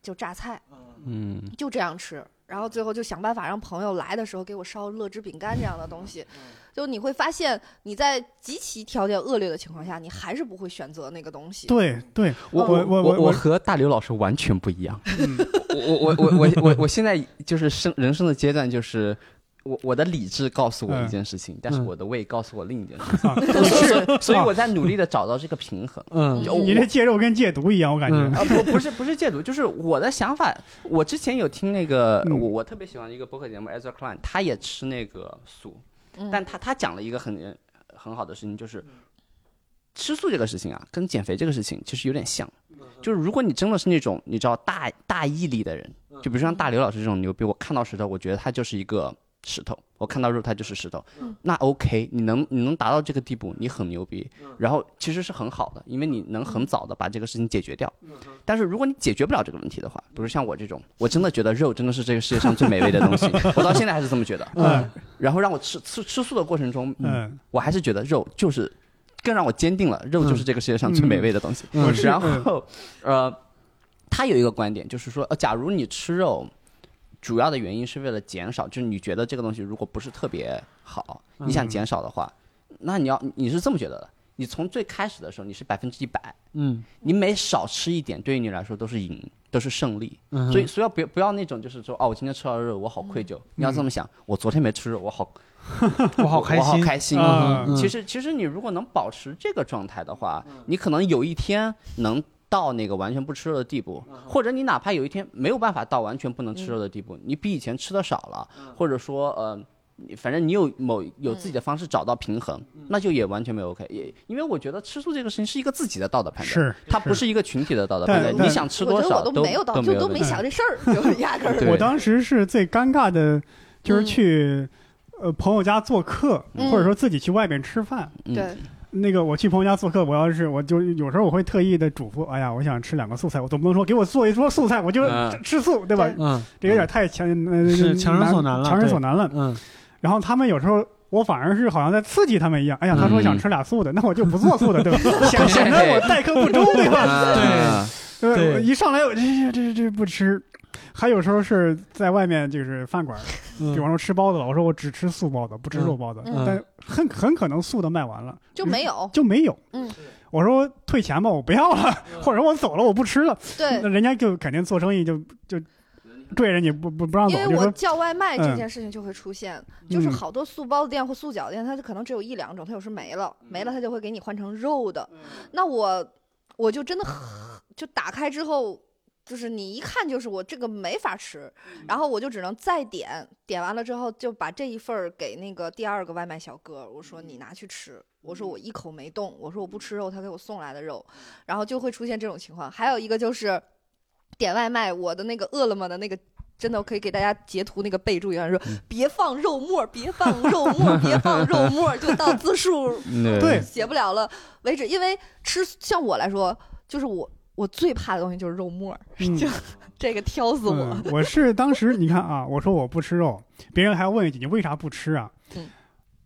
就榨菜
嗯，
就这样吃，然后最后就想办法让朋友来的时候给我烧乐之饼干这样的东西，就你会发现你在极其条件恶劣的情况下，你还是不会选择那个东西。
对对，
我
我我
我
我
和大刘老师完全不一样。
嗯
我我我我我我现在就是生人生的阶段，就是我我的理智告诉我
嗯
一件事情，但是我的胃告诉我另一件事
啊
情， 所以所以我在努力的找到这个平衡。
嗯
我
你这戒肉跟戒毒一样，我感觉。
嗯
啊，不不是不是戒毒，就是我的想法。我之前有听那个，
嗯
我我特别喜欢一个播客节目 Ezra Klein，他也吃那个素，
嗯
但他他讲了一个很呃很好的事情，就是吃素这个事情啊，跟减肥这个事情其实有点像。就是如果你真的是那种你知道大大毅力的人，就比如说像大刘老师这种牛逼，我看到石头，我觉得他就是一个石头，我看到肉，它就是石头。那 OK，你能你能达到这个地步，你很牛逼，然后其实是很好的，因为你能很早的把这个事情解决掉。但是如果你解决不了这个问题的话，比如像我这种，我真的觉得肉真的是这个世界上最美味的东西，我到现在还是这么觉得。
嗯
然后让我吃吃吃素的过程中，
嗯，
我还是觉得肉就是更让我坚定了，肉就是这个世界上最美味的东西。
我是
然后，呃，他有一个观点，就是说，呃，假如你吃肉，主要的原因是为了减少，就是你觉得这个东西如果不是特别好，你想减少的话，那你要你是这么觉得的，你从最开始的时候你是百分之一百，
嗯
你每少吃一点，对于你来说都是赢，都是胜利。
嗯，
所以，所以要不要不要那种就是说，哦，我今天吃到肉，我好愧疚。你要这么想，我昨天没吃肉，我好
我好
我
开
我好
心，
开心。
啊
嗯
其实，其实你如果能保持这个状态的话，你可能有一天能到那个完全不吃肉的地步，或者你哪怕有一天没有办法到完全不能吃肉的地步，你比以前吃的少了，或者说呃。你反正你有某有自己的方式找到平衡，那就也完全没有 OK。也因为我觉得吃素这个事情是一个自己的道德判断，
是
它不是一个群体的道德
但
判断。
但
你想吃
我
多
觉得
少
我
都
没有到，就
有
都
问
没
题
想这事儿，就是压根
对
儿。
我当时是最尴尬的，就是去呃朋友家做客，
嗯
或者说自己去外边吃饭。
嗯
对，
那个我去朋友家做客，我要是我就有时候我会特意的嘱咐，哎呀，我想吃两个素菜，我总不能说给我做一桌素菜，我就
嗯
吃吃素，对吧？
对
嗯
这有点太强，呃
是强人所难了
强人
对
所难了。
嗯
然后他们有时候。我反而是好像在刺激他们一样，哎呀，他说想吃俩素的，那我就不做素的，对吧？显显得我待客不周，对吧？
啊
对，
对
我一上来我这这这这不吃，还有时候是在外面就是饭馆，比
嗯
方说吃包子了，我说我只吃素包子，不吃肉包子，
嗯
但很很可能素的卖完了
就没有。
就没有。
嗯，
我说退钱吧，我不要了，或者说我走了，我不吃了，
对
那，人家就肯定做生意就就对着你不不不让走
因，为
就
我
说
叫外卖
嗯
这件事情就会出现，就是
嗯
好多素包子店或素饺子店，它就可能只有一两种，它有时没了，没了它就会给你换成肉的。那我我就真的很就打开之后。就是你一看就是我这个没法吃，然后我就只能再点，点完了之后就把这一份儿给那个第二个外卖小哥，我说你拿去吃，我说我一口没动，我说我不吃肉，他给我送来的肉，然后就会出现这种情况。还有一个就是点外卖，我的那个饿了么的那个真的我可以给大家截图那个备注一样，说别放肉末儿，别放肉末儿，别放肉末儿，就到字数
嗯
对
写不了了为 止。因为吃像我来说，就是我我最怕的东西就是肉末儿，
嗯
就这个挑死我。
嗯我是当时你看啊，我说我不吃肉，别人还问一句你为啥不吃啊？
嗯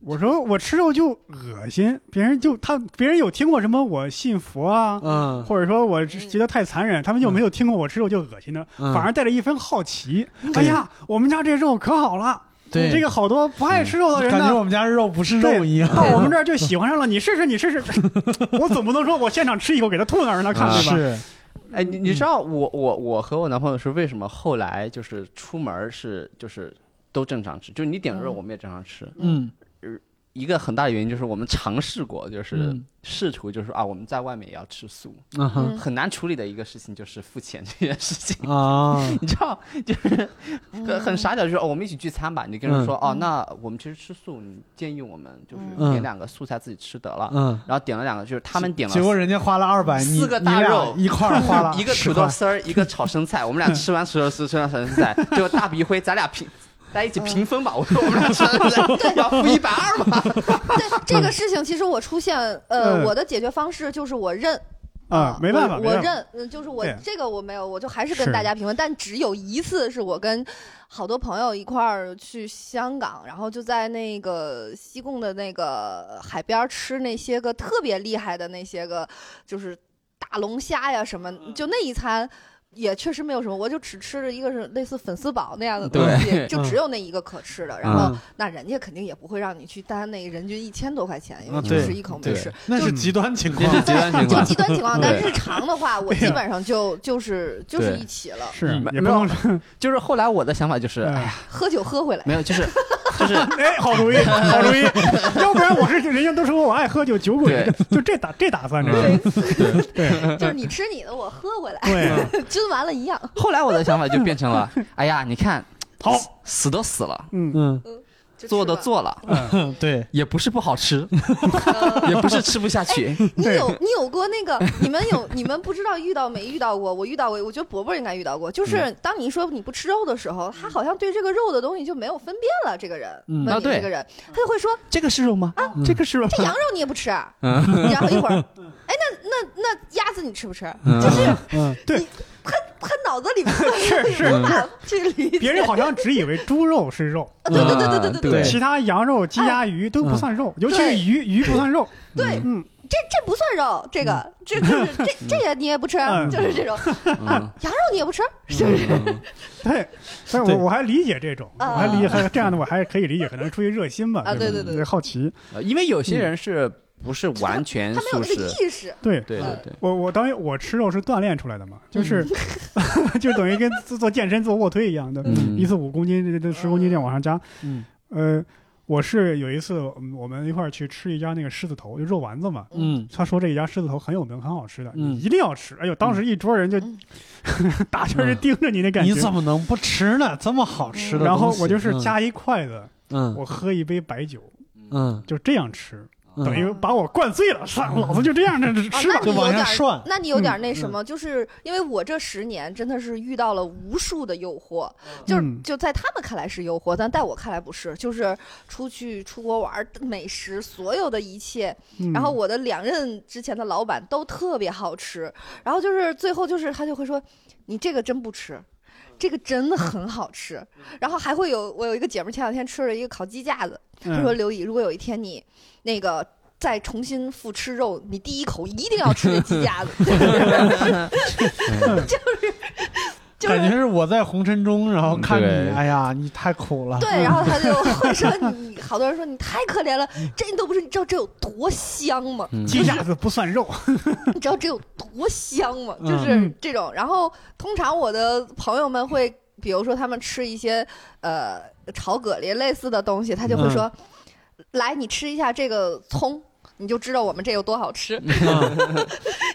我说我吃肉就恶心，别人就他别人有听过什么我信佛啊，
嗯，
或者说我只觉得太残忍，他们就没有听过我吃肉就恶心的，
嗯
反而带着一分好奇。哎呀，我们家这肉可好了，
对
这个好多不爱吃肉的人
感觉
呢。
我们家肉不是肉一样，啊
到我们这儿就喜欢上了，你试试，你试试。我总不能说我现场吃一口给他吐那儿让他看
啊
对吧？
是
哎，你
嗯
你知道我我我和我男朋友是为什么后来就是出门儿是就是都正常吃，就是你点肉
嗯
我们也正常吃。
嗯
一个很大的原因就是我们尝试过，就是
嗯
试图就是啊我们在外面也要吃素，
嗯哼
嗯
很难处理的一个事情就是付钱这件事情。
啊，
你知道，就是很
嗯
嗯
很傻屌，就是、哦、我们一起聚餐吧，你就跟人说、哦，那我们其实吃素，你建议我们就是
嗯
点两个素菜自己吃得了，
嗯，
然后点了两个，就是他们点了
结果人家花了二百，你
四个
你
大
俩
肉
一块儿花了
一个土
10块
豆丝儿，一个炒生菜，我们俩吃完土豆丝，吃完炒生菜，就大鼻灰，咱俩平。大家一起平分吧，我说我们俩吃完生菜要付一百二吧。
对这
嗯
个事情，其实我出现，呃，
嗯
我的解决方式就是我认
啊，没办法，
我
没
我
办法。
认，呃就是我
对
这个我没有，我就还是
是
跟大家评论，但只有一次是我跟好多朋友一块儿去香港，然后就在那个西贡的那个海边儿吃那些个特别厉害的那些个，就是大龙虾呀什么，就那一餐。也确实没有什么，我就只吃了一个是类似粉丝煲那样的东西，
对
就
嗯
只有那一个可吃的。然后
嗯，
那人家肯定也不会让你去单那个人均一千多块钱，因
啊
为你
对
吃一口没
对
事。
那是极端情
这
况
是， 极端情
就
况，
极端情况，但
对
日常的话，我
对呀
基本 上就就是就是
对
一起了，
是
嗯
也
没
不
有
能说，
就是后来我的想法就是，
嗯
哎呀，
喝酒喝回来。
没有，就是就是
哎，好主意，好主意，要不然我是人家都说我爱喝酒，酒鬼，就这打这打算这是，对
就是你吃你的，我喝回来，
对，啊
均完了一样。
后来我的想法就变成了，哎呀，你看，
好，
死都死了，
嗯，
嗯
就吃
做都
吧，
做了，
嗯 对，
也不是不好吃，
呃
也不是吃不下去。
你有你有过那个，你们有你们不知道遇到没遇到过？我遇到过，我觉得伯伯应该遇到过。
嗯
就是当你说你不吃肉的时候，他好像对这个肉的东西就没有分辨了。这个人
嗯
问
啊
你
对
这个人，他就会说
这个是肉吗？啊，这个是肉
这羊
吗？
肉你也不吃，啊 然后一会儿，哎，那那那鸭子你吃不吃？就是
嗯
他脑子里面 是
是
无法去理解。
别嗯人好像只以为猪肉是肉，
啊对对对对对
对
其他羊肉、鸡鸭鱼都不算肉，尤其是鱼，鱼不算肉，
对，
嗯，
这这不算肉，这个这就是这这个你也不吃，
嗯
就是 这种
嗯
羊肉你也不吃， 是不是？
对，但是
对
我我还理解这种，我还理解还这样的，我还可以理解，可能是出于热心吧，
啊
对吧
对对对
对，好奇，
呃因为有些人是不是完全
他没有
嗯素
那
食
个？意识。
对。
对对对，
我我当然我吃肉是锻炼出来的嘛，就是，
嗯
就等于跟做做健身做卧推一样的，
嗯
一次五公斤，这这十公斤这样往上加，
嗯
呃，我是有一次嗯我们一块儿去吃一家那个狮子头，就肉丸子嘛。
嗯
他说这一家狮子头很有名，很好吃的，
嗯
你一定要吃。哎呦，当时一桌人就、
嗯
打圈儿就盯着你那感觉。
你怎么能不吃呢？这么好吃的东西，
然后我就是
嗯
夹一筷子，
嗯
我喝一杯白酒，
嗯，
就这样吃，
嗯
等
哦
于把我灌醉了。算了，老子就这样的
哦
啊
吃
那
吧。
你
就往
有
下
点
涮
儿，那你有
嗯
点儿那什么，就是因为我这十年真的是遇到了无数的诱惑，就是
嗯
就在他们看来是诱惑，但在我看来不是。就是出去出国玩儿，美食所有的一切，
嗯
然后我的两任之前的老板都特别好吃，然后就是最后就是他就会说，你这个真不吃。这个真的很好吃，然后还会有我有一个姐们儿前两天吃了一个烤鸡架子，她说
嗯
刘姨，如果有一天你那个再重新复吃肉，你第一口一定要吃这鸡架子， 就
感觉
是
是我在红尘中，然后看你，
对
哎呀，你太苦 了，
对，然后她就会说你，好多人说你太可怜了，这你都不是，你知道这有多香吗？
鸡架子不算
啊
肉，
你知道这有多香吗？
嗯
就是这种。然后通常我的朋友们会，比如说他们吃一些呃炒蛤蜊类似的东西，他就会说：“来，你吃一下这个葱。”你就知道我们这有多好吃，
嗯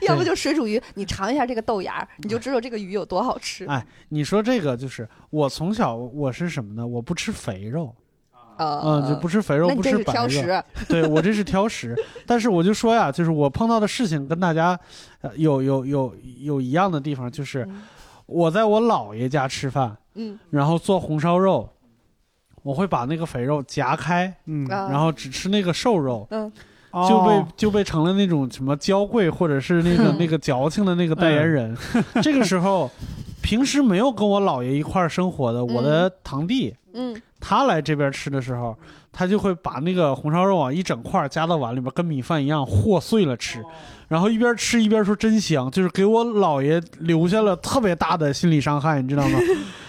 要不就水煮鱼，你尝一下这个豆芽儿，你就知道这个鱼有多好吃
哎，你说这个就是我从小我是什么呢？我不吃肥肉，
啊！
嗯，就不吃肥肉，
那你
不
这
吃
是
白
挑
肉，
食，
对我这是挑 食，但是我就说呀，就是我碰到的事情跟大家，呃、有有有有一样的地方，就是
嗯
我在我姥爷家吃饭，
嗯
然后做红烧肉，我会把那个肥肉夹开，
嗯，
啊，
然后只吃那个瘦肉，
嗯
就被
哦
就被成了那 种什么娇贵或者是那个
嗯
那个矫情的那个代言人。这个时候，平时没有跟我姥爷一块儿生活的我的堂弟，
嗯，
他来这边吃的时候，他就会把那个红烧肉啊一整块儿夹到碗里边，跟米饭一样和碎了吃，然后一边吃一边说真香，就是给我姥爷留下了特别大的心理伤害，你知道吗？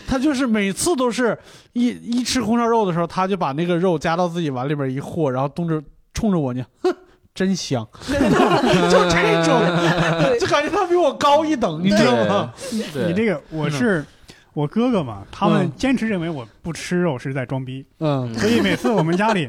他就是每次都是一一吃红烧肉的时候，他就把那个肉夹到自己碗里边一和，然后动着冲着我呢，哼， 真香， 就这种，就感觉他比我高一等，你知道吗？
对，
你这个我是我哥哥嘛，他们
嗯
坚持认为我不吃肉是在装逼，
嗯
所以每次我们家 里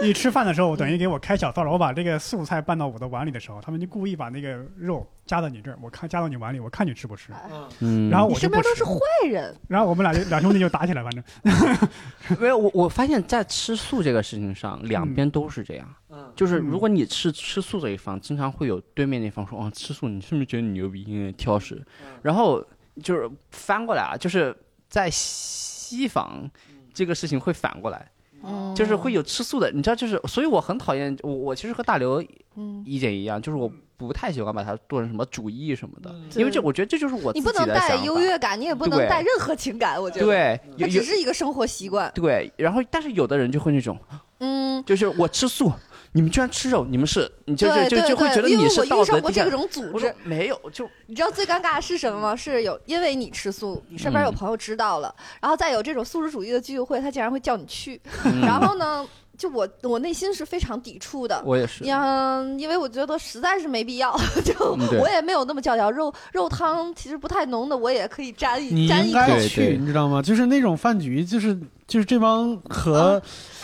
一吃饭的时候，我等于给我开小灶了，我把这个素菜拌到我的碗里的时候，他们就故意把那个肉夹到你这儿，我看夹到你碗里，我看你吃不
啊
吃。
嗯
然后
你
我就
身
不
边
吃
都，是坏人，
然后我们俩就两兄弟就打起来，反正
没有我，我发现在吃素这个事情上，两边都是这样。
嗯
就是如果你吃吃素这一方，经常会有对面那方说：“哦，吃素，你是不是觉得你牛逼，因为挑食？”然后就是翻过来啊，就是在西方。这个事情会反过来，
嗯，
就是会，有吃素的，你知道，就是，所以我很讨厌，我我其实和大刘
嗯，
意见一样，就是我不太喜欢把它做成什么主义什么的，
嗯
因为这我觉得这就是我自
你
己的
不能
想法
带优越感，你也不能
对
带任何情感，我觉得，，
对，有
它只
有
是一个生活习惯，
对，然后但是有的人就会那种，
嗯。
就是我吃素，你们居然吃肉，你们是，你就
对
就就
对
就会觉得
对，因
你
为我
是道
遇
德
上过
低
这
下。
种
我
组织
说，没有，就
你知道最尴尬的是什么吗？是有因为你吃素，你身边有
嗯
朋友知道了，然后再有这种素食主义的聚会，他竟然会叫你去，
嗯
然后呢，就我我内心是非常抵触的。
我也是，
嗯，因为我觉得实在是没必要，就
嗯对
我也没有那么教条。肉肉汤其实不太浓的，我也可以沾
你
一沾
应
一
该
口。
对
去，
对
你知道吗？就是那种饭局，就是就是这帮和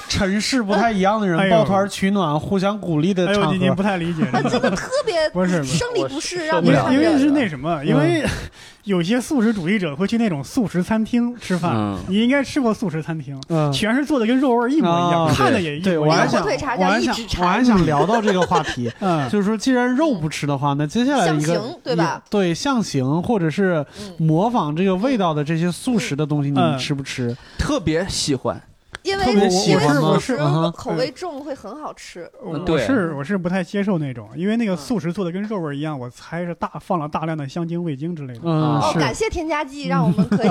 尘世不太一样的
哎
人
呦
抱团取暖、互相鼓励的
哎呦，
场
你你
合。
不 太理解，
啊，这个特别
不是不是
生理不适，让
我
因
你
受不
为
了
因
这
为
个
是那什么，因为
嗯
有些素食主义者会去那种素食餐厅吃饭，
嗯，
你应该吃过素食餐厅，
嗯，
全是做的跟肉味儿一模一样，
啊
看着也一模一
对，
样。
我还
火
想，
腿肠
我
加
还
一
想
指，
我
肠
还想聊到这个话题，
嗯，
就是说，既然肉不吃的话，那接下来一个
象形对吧？
也对，象形或者是
嗯，
模仿这个味道的这些素食的东西，你们
嗯
吃不吃？
特别喜欢，
因为
特
因
别
为
喜欢吗
素食
嗯哼
口味重会很好吃。
嗯
我我
对
是我是不太接受那种，因为那个素食做的跟肉味儿一样，我猜是大放了大量的香精、味精之类的。
嗯，
哦，
是。
感谢添加剂，让我们可以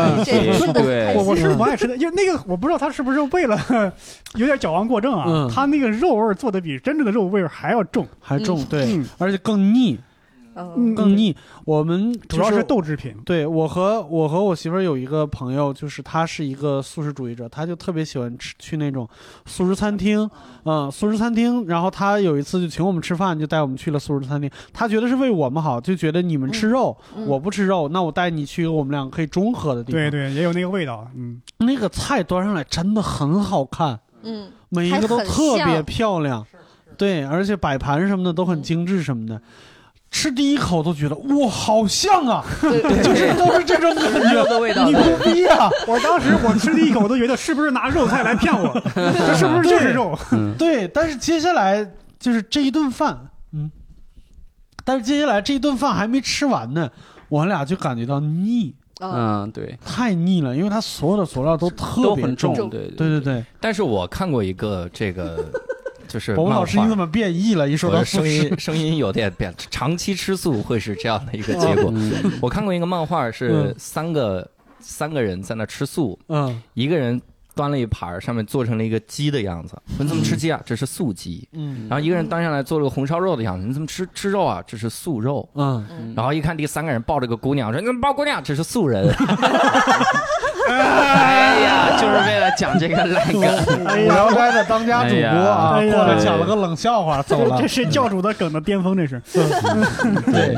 嗯
这吃的
对
开
我我
心。
是不爱吃的，因为那个我不知道他是不是为了有点矫枉过正啊
嗯，
他那个肉味儿做的比真正的肉味儿还要重，
还重，对
嗯，
而且更腻，
嗯，
更腻。我们
主要
就是
豆制品。
对我和我和我媳妇儿有一个朋友，就是她是一个素食主义者，她就特别喜欢吃去那种素食餐厅，嗯，素食餐厅。然后她有一次就请我们吃饭，就带我们去了素食餐厅。她觉得是为我们好，就觉得你们吃肉，
嗯
我不吃肉，那我带你去一个我们俩可以中和的地方。
对，对，也有那个味道，嗯，
那个菜端上来真的很好看，
嗯，
每一个都
还很
特别
像
漂亮，对，而且摆盘什么的都很精致什么的。吃第一口都觉得哇，好像 啊，
对对
就是都是这种感觉
肉。的味道
你，牛逼啊！
我当时我吃第一口，我都觉得是不是拿肉菜来骗 我，这是不是就是肉？
嗯
对，但是接下来就是这一顿饭，嗯，但是接下来这一顿饭还没吃完呢，我俩就感觉到腻，
嗯，
嗯，对，
太腻了，因为它所有的佐料都特
都
别
很重，
重
对
对对对，
但是我看过一个 这个，就是
宝宝
漫
老师你
画
怎。么变异了？一说
我
到
的
素
声
食，
音声音有点变，长期吃素会是这样的一个结果。
嗯
我看过一个漫画，是
哦嗯
三个三个人在那吃素，
嗯
一个人端了一盘儿，上面做成了一个鸡的样子。你怎么吃鸡啊？这是素鸡。
嗯
然后一个人端上来做了个红烧肉的样子，你怎么吃吃肉啊？这是素肉。
嗯，
嗯
然后一看第三个人抱着个姑娘，说你怎么抱姑娘？这是素人。
哎呀，就是为了讲这个烂 梗，哎
无聊斋的当家主播啊，
哎哎呀
过来讲了个冷笑话，走了
这。是教主的梗的巅峰，这是。
对，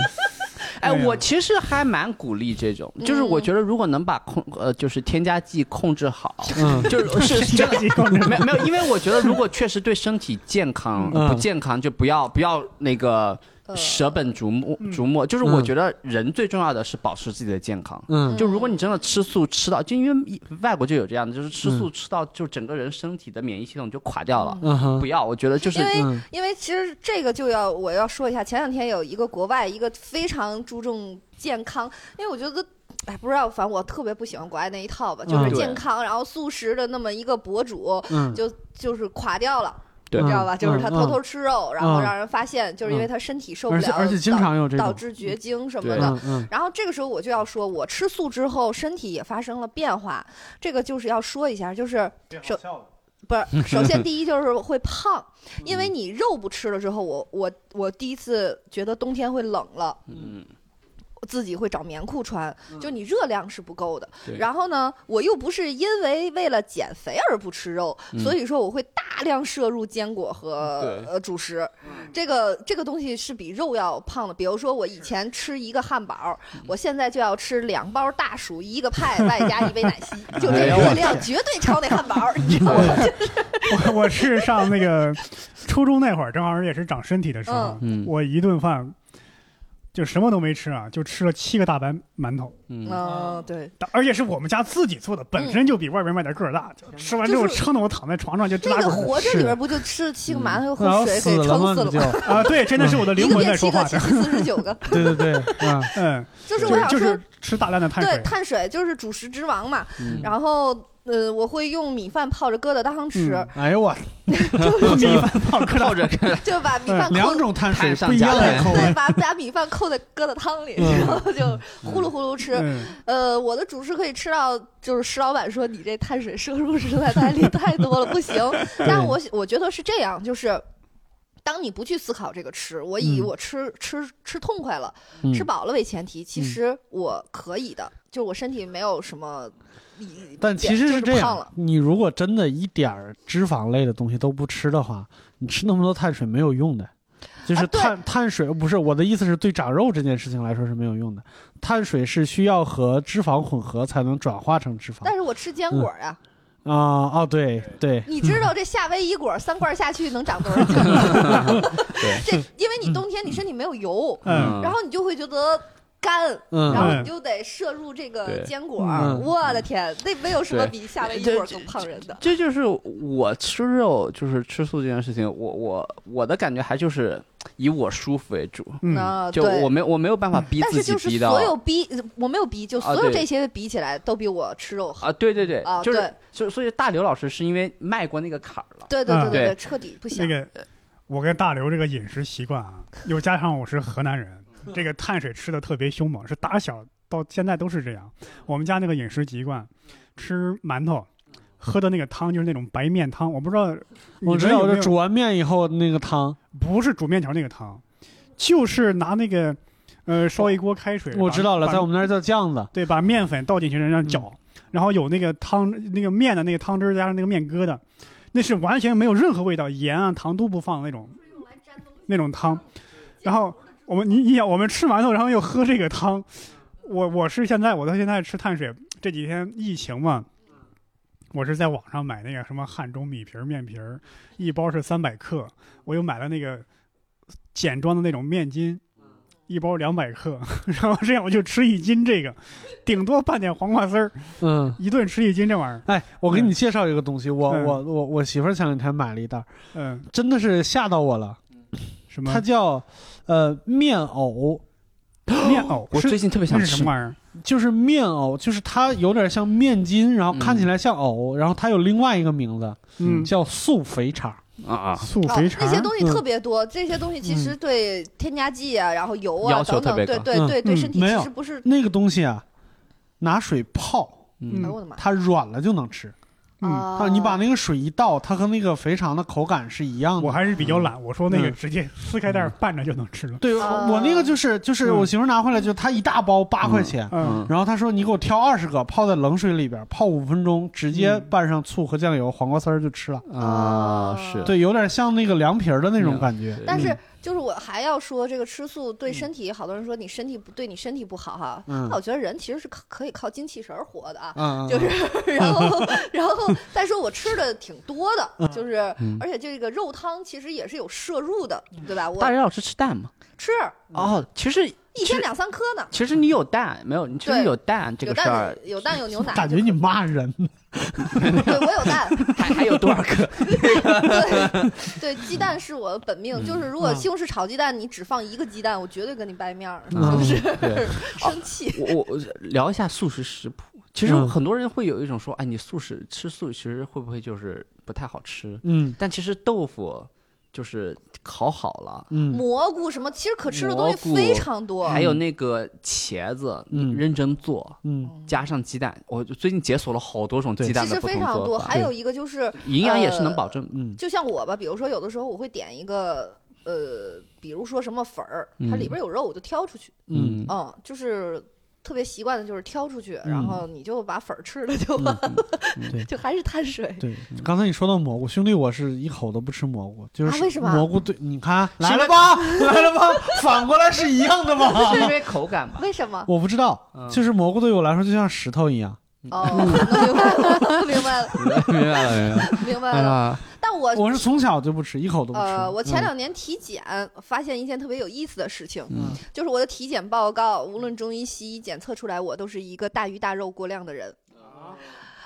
哎，
对
我其实还蛮鼓励这种，就是
嗯
我觉得如果能把控呃，就是添加剂控制好，
嗯
就是 是真的，没有没有，因为我觉得如果确实对身体健康
嗯
不健康，就不要不要那个
呃嗯
舍本逐末逐末。就是我觉得人最重要的是保持自己的健康。
嗯
就如果你真的吃素吃到，就因为外国就有这样的，就是吃
嗯
素吃到就整个人身体的免疫系统就垮掉了。
嗯
不
哼，
要，我觉得就是
因为
嗯
因为其实这个就要我要说一下，前两天有一个国外一个非常注重健康，因为我觉得。哎，不知道，反正我特别不喜欢国外那一套吧，就
嗯
是
对
健康，然后素食的那么一个博主，
嗯
就就是垮掉了。
对
你知道吧？就是他偷
嗯
偷吃肉，然后
嗯
让人发现，就是因为他身体受不
而
了，
且而且经常有这
导导
种，
致绝经什么
对
的。
嗯嗯
然后这个时候我就要说，我吃素之后身体也发生了变化，这个就是要说一下，就是首不是，首先第一就是会胖，因为你肉不吃了之后，我我我第一次觉得冬天会冷了，
嗯，
自己会找棉裤穿，
嗯
就你热量是不够的。
对
然后呢，我又不是因为为了减肥而不吃肉，
嗯
所以说我会大量摄入坚果和
对嗯
呃主食。这个这个东西是比肉要胖的。比如说我以前吃一个汉堡，
嗯
我现在就要吃两包大薯、一个派外加一杯奶 昔，就这
哎
个
呦
热
我
量绝对超那汉 堡，你知道吗？
我我是上那个初中那会儿，正好也是长身体的时候，
嗯
我一顿饭就什么都没吃啊，就吃了七个大白馒头，
嗯，
嗯，对，
而且是我们家自己做的，本身就比外边卖的个儿大。就吃完之后
就是
撑得我躺在床上就直
那
打
个
滚
活着
是
里边不就吃了
嗯
七个馒头又
然
喝
嗯
后
水
死
给
了
撑
吗？
死
你
了
就
吗？
啊！对，真的是我的
一
灵
个
魂在
变七
说
个，
话
七
的，
七四十九个，
对对对，啊，
嗯，
就是
就
嗯我
是
想
就
说
是吃大量的碳
对，
水，
碳水就是主食之王嘛。
嗯
然后，呃，我会用米饭泡着疙瘩当吃，
嗯
哎呦我，
米饭泡疙
靠
瘩，
着看
就把米饭扣
两种碳水
碳上
不一样
加
的
碳
口
对，
味，
把把米饭扣在疙瘩汤里，
嗯
然后就呼噜呼噜吃。
嗯，
呃，我的主食可以吃到，就是石老板说你这碳水摄入实在太太多了，不行。但我我觉得是这样，就是。当你不去思考这个吃，我以
嗯
我吃、吃吃痛快了、
嗯
吃饱了为前提，其
嗯
实我可以的，就我身体没有什么理。
但其实
就是
这
胖了
样，，你如果真的一点儿脂肪类的东西都不吃的话，你吃那么多碳水没有用的。就是
啊对
碳、碳水不是我的意思是对长肉这件事情来说是没有用的，碳水是需要和脂肪混合才能转化成
啊
脂肪
但是我吃坚果呀、
嗯
啊、哦对对，
你知道这夏威夷果三罐下去能长多少 斤吗？这因为你冬天你身体没有油，
嗯
然后你就会觉得干，
嗯
然后你就得摄入这个
对
坚果。
嗯
我的天，那没有什么
对
比夏威夷
这
果
这
更胖人的。
这就是我吃肉，就是吃素这件事情，我我我的感觉还就是以我舒服为主，
嗯，
那
就我
啊对，嗯
没我没有办法逼
但
自
是
己
就是
逼到
所有逼，我没有逼，就
啊
所有
对
这些比起来都比我吃肉好。
啊，对对对
啊，
就是
对
就所以大刘老师是因为迈过那个坎儿了，
对对对
嗯
对，
对
彻底不
那
行。
个我跟大刘这个饮食习惯啊，又加上我是河南人，这个碳水吃的特别凶猛，是打小到现在都是这样。我们家那个饮食习惯，吃馒头，喝的那个汤就是那种白面汤，我不知道你
我
们
知道，
有没
就
有
煮完面以后那个汤，
不是煮面条那个汤，就是拿那个呃烧一锅开水，
我
把
知道了，
把
在我们那儿叫酱子，
对，把面粉倒进去，然后搅，然后有那个汤那个面的那个汤汁儿加上那个面疙瘩，那是完全没有任何味道，盐啊糖都不放那种那种汤。然后我们你你想，我们吃馒头，然后又喝这个汤，我我是现在我到现在吃碳水，这几天疫情嘛。我是在网上买那个什么汉中米皮儿面皮儿，一包是三百克，我又买了那个简装的那种面筋，一包两百克， 然后这样我就吃一斤这个，顶多拌点黄瓜丝儿，
嗯。
一顿吃一斤这玩意儿。
哎，我给你介绍一个东西，我
嗯
我我我媳妇儿前两天买了一袋儿，
嗯，
真的是吓到我了。
什么
它叫，呃，面藕，
面藕？
哦我
是
最近特别
那
想
是
吃
什么玩意儿？
就是面藕，就是它有点像面筋，然后看
嗯
起来像藕，然后它有另外一个名字
嗯，
叫素肥肠。
啊啊，
素
哦
肥，肠
那些东西
嗯
特别多，这些东西其实对添加剂啊，然后油啊
嗯要求
等等，
特别
对
高
对
嗯
对对，
嗯
身体
没
其
有
实不是。
那个东西啊，拿水泡，
嗯
哎我的妈！
它软了就能吃。
嗯，
哦
啊，你把
那
那个水一倒，它和那个肥肠的口感是一样
我
的。
还是比较懒，我说那个
嗯
直接撕开袋儿拌着就能吃了。
对
啊
我那个就是就是
哦嗯
我媳妇儿拿回来就她一大包八块钱，
嗯，
然后她说你给我挑二十个，泡在冷水里边泡五分钟，直接
嗯
拌上醋和酱油、黄瓜丝儿就吃了。
啊是，
对，有点像那个凉皮儿的那种
嗯
感觉。
但
嗯
是就是我还要说，这个吃素对
嗯
身体，好多人说你身体不对你身体不好哈。
嗯
那我觉得人其实是可可以靠精气神儿活的啊。
嗯，
就是，然后，然后再说我吃的挺多的，就是，
嗯
而且这个肉汤其实也是有摄入的，
嗯
对吧？我
大刘老师吃蛋吗？
吃
哦，其实
一天两三颗呢，
其实你有蛋没有？你其
对
实有蛋这
有
个事
蛋
儿，
有蛋有牛奶就可以，
感觉你骂人。
对我 有蛋，
还还有多少 个？
对对，鸡蛋是我的本命，
嗯
就是如果
嗯
西红柿炒鸡蛋你只放一个鸡蛋，我绝对跟你掰面儿，
嗯
就是
对，
生气。
我我我聊一下素食食谱，其实
嗯
很多人会有一种说，哎，你素食吃素其实会不会就是不太好吃？
嗯
但其实豆腐就是烤好了，
嗯
蘑菇什么，其实可吃的东
蘑
西
菇
非常多。
还有那个茄子，
嗯
认真做，
嗯
加上鸡蛋，我就最近解锁了好多种
对
鸡
其
蛋的
实
不
非
同
常多，
做法
还，呃有一个就是，
营养也是能保证 的。
嗯
就像我吧，比如说有的时候我会点一个，呃，比如说什么粉儿，
嗯
它里边有肉，我就挑出去，
嗯，
嗯，就是特别习惯的就是挑出去，然
嗯
后你就把粉儿吃了就
嗯
完，
嗯
对
就还是碳水。
对。刚才你说到蘑菇，兄弟，我是一口都不吃蘑菇，就
啊
是
为什么
蘑菇对，你看
是因
来
为
了吧， 来了吧，反过来是一样的吗？
是因为口感吧？
为什么？
我不知道，
嗯
就是蘑菇对我来说就像石头一样。
哦，那明白了，明白了，
明白了，明白了。
明白
哎
了。
呀，
但我
我是从小就不吃，一口都不吃。
呃，我前
嗯
两年体检发现一件特别有意思的事情，
嗯
就是我的体检报告，无论中医西医检测出来，我都是一个大鱼大肉过量的人。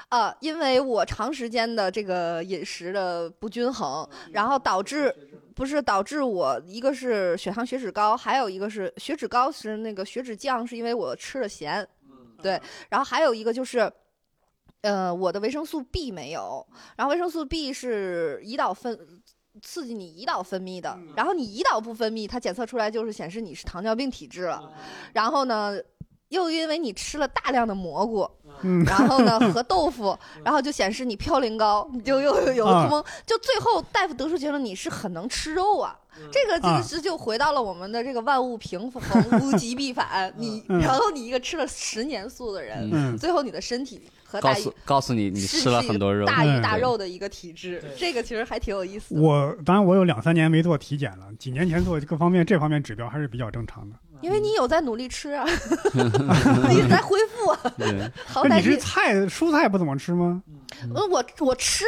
啊，因为我长时间的这个饮食的不均衡，然后导致不是导致我一个是血糖血脂高，还有一个是血脂高是那个血脂降，是因为我吃了咸，对，然后还有一个就是。呃，我的维生素 B 没有，然后维生素 B 是胰岛分刺激你胰岛分
嗯
泌的，然后你胰岛不分泌，它检测出来就是显示你是糖尿病体质了。
嗯
然后呢，又因为你吃了大量的蘑菇，
嗯
然后呢和豆腐，
嗯
然后就显示你嘌呤高，你就又有有
啊
懵，就最后大夫得出结论你是很能吃肉啊。
嗯
这个
啊
其实就回到了我们的这个万物平衡、物极必反。你
嗯
然后你一个吃了十年素的人，
嗯
嗯，
最后你的身体呃和
告
大鱼
诉告诉你，你
是
吃了很多肉，
大鱼
嗯
大
对
肉的一个体质，这个其实还挺有意思的。
我当然我有两三年没做体检了，几年前做各方面这方面指标还是比较正常的。
嗯
因为你有在努力吃 啊，你在恢复啊，
对
好
那
歹
你是菜蔬菜不怎么吃吗？
呃我我吃。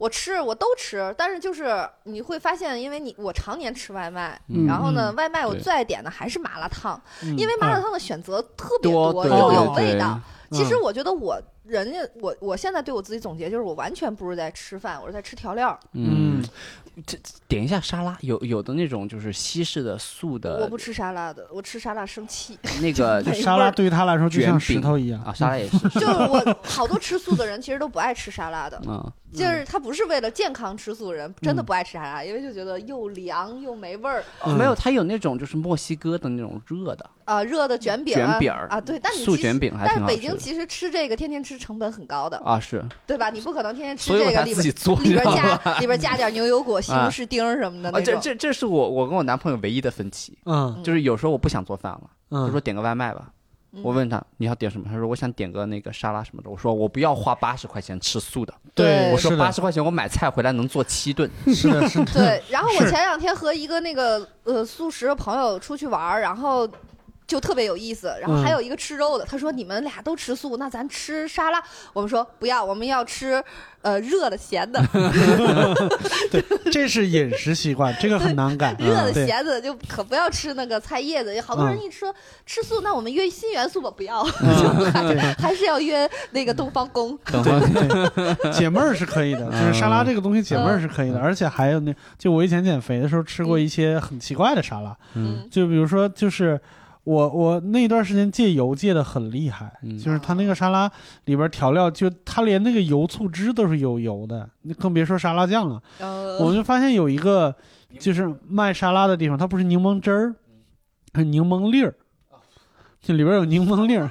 我吃，我都吃，但是就是你会发现，因为你我常年吃外卖，
嗯
然后呢，外卖我
对
最爱点的还是麻辣烫，
嗯
因为麻辣烫的选择特别
多对
又有
对
味
对
道。其实
嗯
我觉得我人家我我现在对我自己总结就是，我完全不是在吃饭，我是在吃调料。
嗯，这点一下沙拉，有有的那种就是西式的素
我
的
不吃沙拉的，我吃沙拉生气。
那个
就
沙拉对于他来说就像
卷饼
石头一样
啊，沙拉也是
就是我好多吃素的人其实都不爱吃沙拉的，
啊，
就是他不是为了健康吃素的人，真的
嗯
不爱吃沙拉，因为就觉得又凉又没味儿
嗯
没有，它有那种就是墨西哥的那种热的
啊、热的卷饼啊
卷饼儿
啊，对，但你
素
其实
卷饼还
但
挺
是
好
北
吃
京
的
其实吃这个天天吃成本很高的，
啊，是，
对吧？你不可能天天吃
所以
这
我
个
才
里
自
边
己做，你
里
知
边
道吗？
加里边加点牛油果、西红
啊
柿丁儿什么的
啊，
那
这
种。
这这是我我跟我男朋友唯一的分歧，
嗯
就是有时候我不想做饭了，
嗯，
他说点个外卖吧。
嗯
我问他你要点什么，他说我想点个那个沙拉什么的。我说我不要花八十块钱吃素的，
对
我
是
说八
的，
十块钱我买菜回来能做七 顿。
是的，是的，
对，然后我
是
前两天和一个那个呃素食的朋友出去玩儿，然后就特别有意思。然后还
嗯
有一个吃肉的，他说你们俩都吃素，那咱吃沙拉。我们说不要，我们要吃呃热的、咸的，
这是饮食习惯，这个很难改。嗯
热的、
对
咸的就可不要吃那个菜叶子。好多人
嗯
一说吃素，那我们约新元素吧，不要，
嗯对
还是要约那个东方宫。
等会儿
对， 解闷儿是可以的，就是沙拉这个东西解闷儿是可以的，而且还有那，就我以前减肥的时候吃过一些很奇怪的沙拉，
嗯，
就比如说就是。我我那段时间戒油戒的很厉害，
嗯
就是它那个沙拉里边调料，就它连那个油醋汁都是有油的，那更别说沙拉酱了。
呃
我就发现有一个就是卖沙拉的地方，它不是柠檬汁儿，是柠檬粒儿，这里边有柠檬粒儿。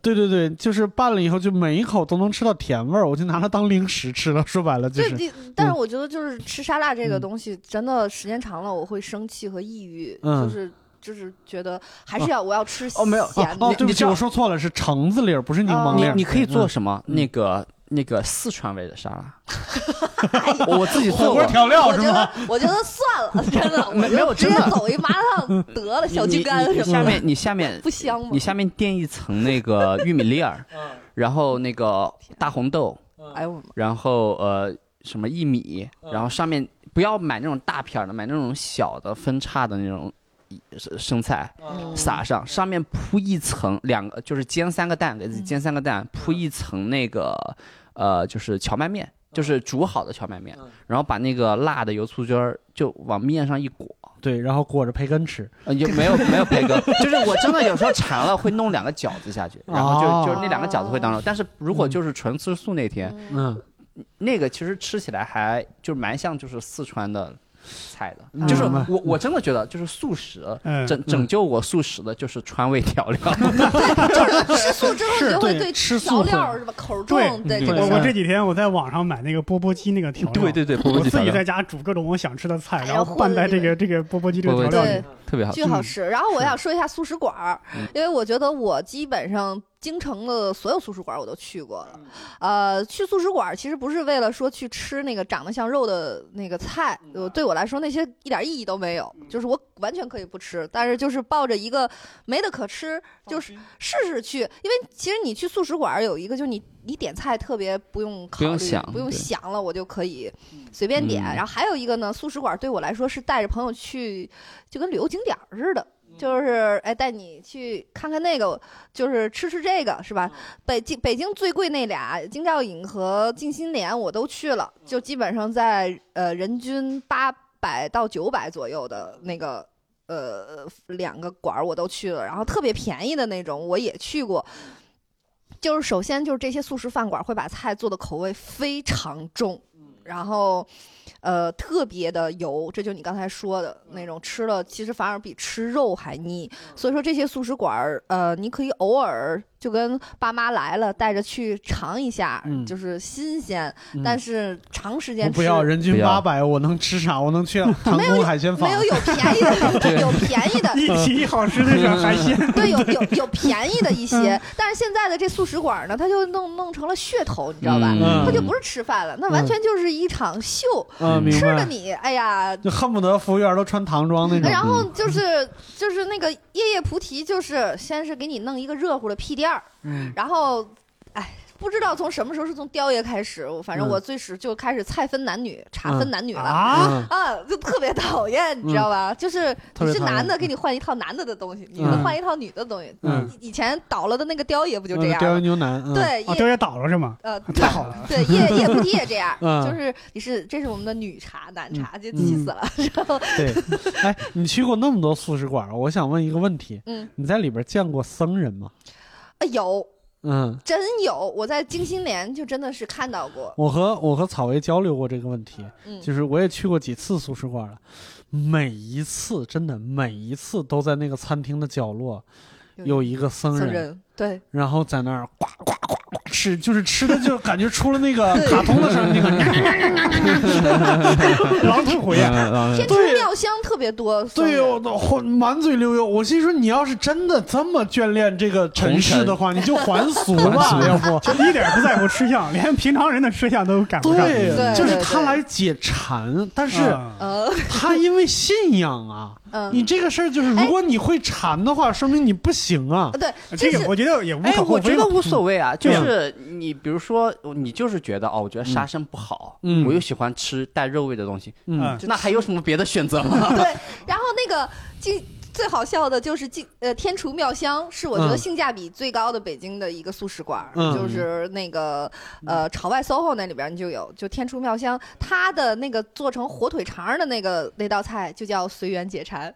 对对对，就是拌了以后，就每一口都能吃到甜味儿，我就拿它当零食吃了。说白了就
对，
是，哦
这但是我觉得就是吃沙拉这个
嗯
东西，真的时间长了我会生气和抑郁，
嗯
就是就是觉得还是要、我要吃
哦没有
哦
咸的。
哦，对
你
不
知
起，
道
我说错了，是橙子粒儿，不是柠
哦
檬粒
你
儿。
你可以做
嗯
什么？
嗯
那个那个四川味的沙 拉，我自己
哦火
做
锅
过。
调料
我
是
觉
吗？
得，我觉得算了，真的，我
没没
就
有
直
真
接
的
走一 麻辣烫得了，小
你
鸡
你
肝
你
什
下
么的，
面你下面
不香吗
你？下面垫一层那个玉米粒儿，
嗯
然后那个大红豆，
哎呦我妈！
然后呃什么薏米，
嗯
然后上面不要买那种大片儿的，买那种小的分叉的那种生生菜
嗯嗯
撒上，上面铺一层两个就是煎三个蛋，给自己煎三个蛋，铺一层那个呃就是荞麦
嗯
面，就是煮好的荞麦面，然后把那个辣的油醋汁儿就往面上一裹，
对，然后裹着培根吃，
呃 有没有没有培根？就是我真的有时候馋了会弄两个饺子下去，然后
哦
就就那两个饺子会当肉。但是如
嗯
果就是纯吃素那天，
嗯，
那个其实吃起来还就是蛮像就是四川的菜的，
嗯
就是
明白
我我真的觉得就是素食
嗯
拯拯救我素食的就是川味 调料，
吃素之后你就
对
会对
吃素
调
会
料儿什么口重
对，
对
嗯
这
对
个
我我
嗯
这几天我在网上买那个钵钵鸡那个调料，
对对对，钵
我
钵鸡
自
调
己
料
在家煮各种我想吃的菜，
哎呀
然后拌在这
混
个
了
这个钵钵鸡这个
钵
调
钵
料
鸡
里
对。
特别好吃。
巨好吃。然后我想说一下素食馆儿
嗯，
因为我觉得我基本上京城的所有素食馆儿我都去过了。呃，去素食馆儿其实不是为了说去吃那个长得像肉的那个菜，呃，对我来说那些一点意义都没有，就是我完全可以不吃，但是就是抱着一个没得可吃，就是试试去。因为其实你去素食馆儿有一个，就是你你点菜特别不用考虑，
不用想
不用
对
想了，我就可以随便点。
嗯
然后还有一个呢，素食馆儿对我来说是带着朋友去就跟旅游景点儿似的，就是哎带你去看看那个，就是吃吃这个是吧？北京北京最贵那俩京兆尹和静心莲我都去了，就基本上在呃人均八百到九百左右的那个。呃，两个馆儿我都去了，然后特别便宜的那种我也去过。就是首先就是这些素食饭馆会把菜做的口味非常重，然后呃，特别的油，这就你刚才说的那种，吃了其实反而比吃肉还腻。所以说这些素食馆儿，呃，你可以偶尔就跟爸妈来了，带着去尝一下，
嗯
就是新鲜，
嗯
但是长时
我
间吃
不要人均
不要
八百，我能吃啥？我能去唐宫海鲜坊
没，有有便 宜的，有便宜的，
一提好吃的是海鲜，
对，有 有有便宜的一
嗯
些，但是现在的这素食馆儿呢，它就弄弄成了噱头，你知道吧？
嗯
它就不是吃饭了，那完全就是一场秀，
嗯，明
吃的
白，嗯
你，哎呀，
就恨不得服务员都穿唐装那种，
然后就是就是那个夜夜菩提，就是先是给你弄一个热乎的屁垫儿，
嗯
然后，哎，不知道从什么时候是从雕爷开始，我反
嗯
正我最始就开始菜分男女，茶分男女了。
啊，
嗯
啊，就特别讨厌，你知道吧？就是
特
你
别
是
讨厌
男的，给你换一套男的的东西，女的
嗯
换一套女的东西。
嗯
以以前倒了的那个雕爷不就这
嗯
样
鲷
吗？
鱼牛腩，嗯，啊
对，
啊，
夜
掉也倒了是吗？
呃，
太好了，
对，夜夜菩提也这样，
嗯
就是你是这是我们的女茶男茶，就气死了。然后，
对，哎，你去过那么多素食馆，我想问一个问题，
嗯，
你在里边见过僧人吗？
哎有
嗯，
真有，我在金星莲就真的是看到过，
我和我和草薇交流过这个问题，
嗯，
就是我也去过几次素食馆了，每一次真的每一次都在那个餐厅的角落有一个僧
僧
人，
人，对，
然后在那儿呱呱呱呱吃，就是吃的 就感觉出了那个卡通的声音，那个
狼吞虎咽。
嗯
天池妙香特别多，僧
对
人
哦，我满嘴溜油。我心说，你要是真的这么眷恋这个尘世的话，你就还 俗吧，
还俗
要不。
就一点儿不在乎吃相，连平常人的吃相都赶不上。
对，嗯
对
就是
对
他来解馋，但是
啊
呃
他因为信仰啊，你
嗯，
这个事儿就是，如果你会馋的话，说明你不行啊。
呃对，
这
这
个
是
我觉得也无
哎，
可厚
我
非
觉得
嘛。
无所谓啊，就
对啊
是你比如说，你就是觉得哦，我觉得杀生不好，
嗯
我又喜欢吃带肉味的东西，
嗯
嗯，
那还有什么别的选择 吗？
对，然后那个金。最好笑的就是金呃天厨妙香是我觉得
嗯
性价比最高的北京的一个素食馆儿，
嗯
就是那个呃朝外 SOHO 那里边儿你就有，就天厨妙香，它的那个做成火腿肠儿的那个那道菜就叫随缘解馋，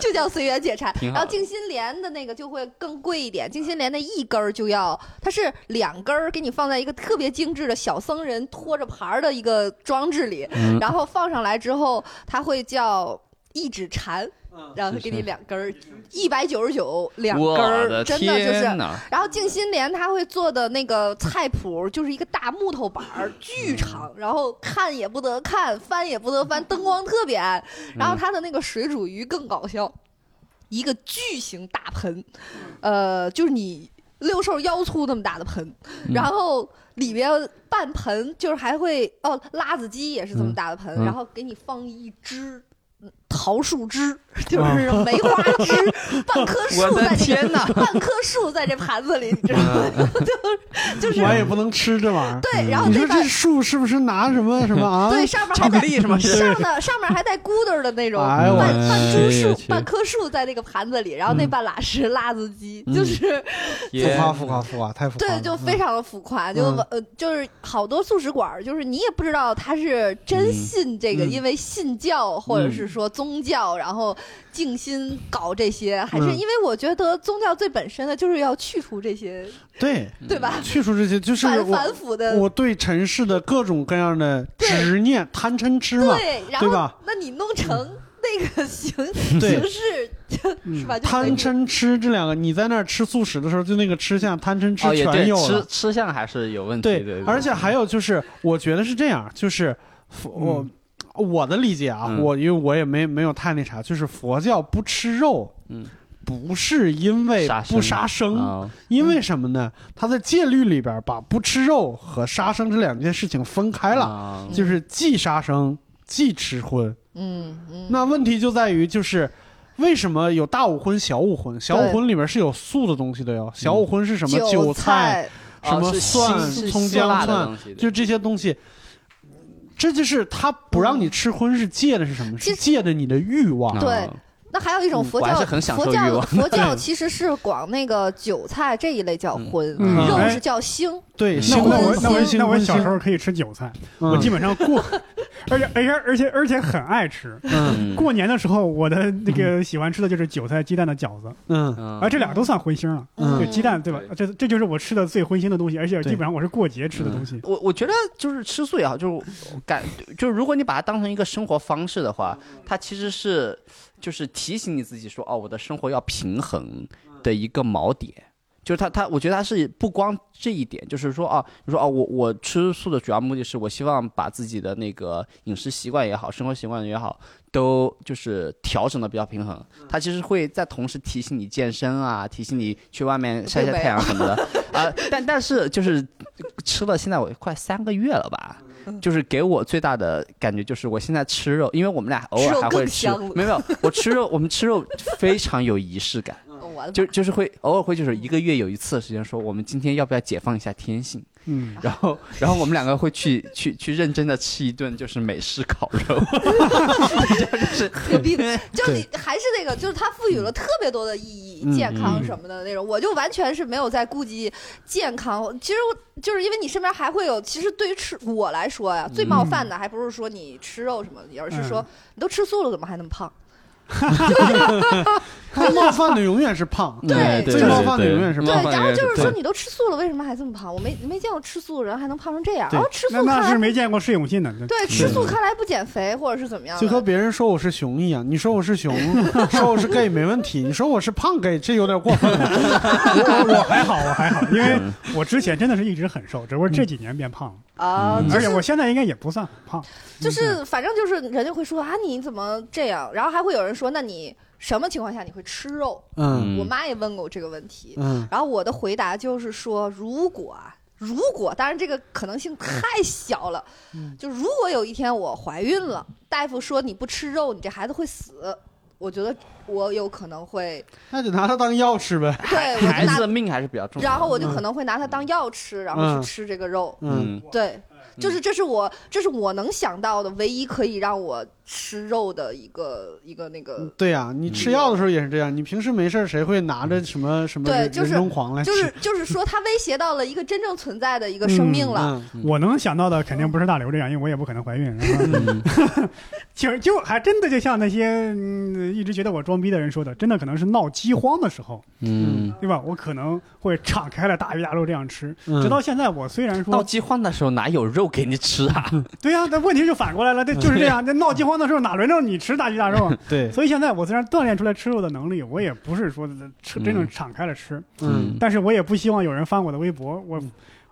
就叫随缘解馋。
挺
然
好
后
的
静心莲的那个就会更贵一点，静心莲的一根儿就要，它是两根儿给你放在一个特别精致的小僧人拖着盘儿的一个装置里，然后放上来之后，它会叫一指禅。然后给你两根儿，一百九十九两根
我
儿，
的
真的就是。
天哪！
然后静心莲他会做的那个菜谱就是一个大木头板儿，巨长，然后看也不得看，翻也不得翻，灯光特别暗。然
嗯
后他的那个水煮鱼更搞笑，一个巨型大盆，呃，就是你六兽腰粗那么大的盆，
嗯
然后里边半盆就是还会哦，辣子鸡也是这么大的盆，
嗯嗯
然后给你放一只。嗯桃树枝就是梅 花枝，半棵树
哦我的
在这
天
个
哪
半棵树在这盘子里，你知道吗？就是
嗯
就是
我也嗯不能吃这玩意儿。
对，然后
你
那
说
把
这树是不是拿什么什么啊？
对上面
巧
还
克
带
力是吗？是啊
上的上面还带咕嘟儿的那种
哎呦我
半半株
去
树
我去、
半棵树在那个盘子里，然后
嗯
那半拉是辣子鸡，
嗯
就是
浮
天
夸浮夸浮夸，太浮夸了。
对，就非常的浮夸，就
嗯
呃就是好多素食馆儿，就是你也不知道他是真
嗯
信这个，
嗯
因为信教或者是说宗教，然后静心搞这些，还是
嗯
因为我觉得宗教最本身的就是要去除这些，
嗯对，
对吧？
去除这些就是
反
我
反腐的
我对尘世的各种各样的执念、贪嗔痴嘛，
对，然
对
后
吧嗯
那你弄成那个形
对嗯
形式，是吧？就
贪
没
嗔痴这两个，你在那儿吃素食的时候，就那个啊吃相贪嗔
哦，
痴
也对
全，有
吃
了。
吃相还是有 问题。
对
对，对
而且还有就是，我觉得是这样，就是佛我、我的理解啊，
嗯
我因为我也没没有太那啥，就是佛教不吃肉，
嗯
不是因为
杀生
不杀生，
啊
因为什么呢？他在戒律里边把不吃肉和杀生这两件事情分开了，
啊
就是既杀生既吃荤。
嗯嗯，
那问题就在于就是。为什么有大五荤、小五荤？小五荤里面是有素的东西的哟。小五荤是什么？
韭
嗯韭菜、什
哦
么
是
蒜
辛是
葱
辛
姜
辣的
蒜
东西
就这些东西，这就是他不让你吃荤是戒的是什么？
其
是
实
戒的你的欲望。
啊
对那还有一种
嗯
佛
我还
教，
是很享
佛
受欲
教
望
佛教其实是管那个韭菜这一类叫荤，
嗯
嗯
肉
哎
是叫腥。
对，
嗯
腥
那我我
荤
那我
腥
那我
荤
小时
腥
候可以吃韭菜，
嗯
我基本上过， 而且而且而且而且很爱吃。
嗯
嗯
过年的时候，我的那个喜欢吃的就是韭菜鸡蛋的饺子，
嗯
嗯
而这俩都算荤腥了。
嗯
对鸡蛋对吧？
对
这这就是我吃的最荤腥的东西，而且
对
基本上我是过节吃的东西。
我我觉得就是吃素也好，就是我感 就是如果你把它当成一个生活方式的话，它其实是就是提醒你自己说哦，我的生活要平衡的一个锚点。就是它它，我觉得它是不光这一点，就是说啊，就说哦，我我吃素的主要目的是我希望把自己的那个饮食习惯也好，生活习惯也好，都就是调整的比较平衡。它其实会在同时提醒你健身啊，提醒你去外面晒晒太阳什么的啊。但但是就是吃了现在我快三个月了吧，
嗯
就是给我最大的感觉就是我现在吃肉，因为我们俩偶
吃肉
尔还会
更
吃
香了，
没有没有，我吃肉，我们吃肉非常有仪式 感。
我的
就就是会偶尔会就是一个月有一次的时间说我们今天要不要解放一下天性，
嗯，
然后然后我们两个会去去去认真的吃一顿就是美式烤肉，就是
妈有病！就是你还是那个，就是它赋予了特别多的意义，
嗯
健康什么的那种。我就完全是没有在顾及健康。其实我就是因为你身边还会有，其实对于吃我来说呀，最冒犯的还不是说你吃肉什么，而是说
嗯
你都吃素了，怎么还那么胖？
最冒犯的永远是胖，
对啊
最冒犯的永远是
对
胖。，
然后就是说你都吃素了，为什么还这么胖？我没没见过吃素的人还能胖成这样。
对
然后吃
那
素看
那是
来
没见过释永信的。
对吃素看来不减肥或者是怎么样的，
就和别人说我是熊一样，你说我是熊， 说我是 gay 没问题，你说我是胖 gay 这有点过分了。
我我还好，啊我还好，因为我之前真的是一直很瘦，只不过这几年变胖了，
啊，就
嗯而且
是
我嗯现在应该也不算很胖。
就是反正就是人家会说啊你怎么这样，然后还会有人说那你什么情况下你会吃肉？
嗯
嗯
我妈也问过我这个问题，
嗯，
然后我的回答就是说，如果啊，如果，当然这个可能性太小了，
嗯
就如果有一天我怀孕了，大夫说你不吃肉，你这孩子会死。我觉得我有可能会，
那就拿它当药吃呗。
对我
孩
就拿
子，的嗯命还是比较重要的。
然后我就可能会拿它当药吃，然后去吃这个肉。
嗯，
对，就是这是我这是我能想到的唯一可以让我吃肉的一个一个那个，
嗯对呀、你吃药的时候也是这样，你平时没事儿谁会拿着什么什么
对
人
就是
人中黄来吃？
就是就是说它威胁到了一个真正存在的一个生命了。
嗯，
我能想到的肯定不是大刘这样，因为我也不可能怀孕。然后 其实就还真的就像那些、嗯、一直觉得我装逼的人说的，真的可能是闹饥荒的时候，
嗯，
对吧？我可能会敞开了大鱼大肉这样吃。
嗯
直到现在，我虽然
闹
说
饥荒的时候哪有肉给你吃啊？
对呀、但问题就反过来了，对，就是这样。那闹饥荒的时候，哪轮着你吃大鱼大肉啊？
对，
所以现在我虽然锻炼出来吃肉的能力，我也不是说吃真正
嗯
敞开了吃，
嗯，
但是我也不希望有人翻我的微博，我。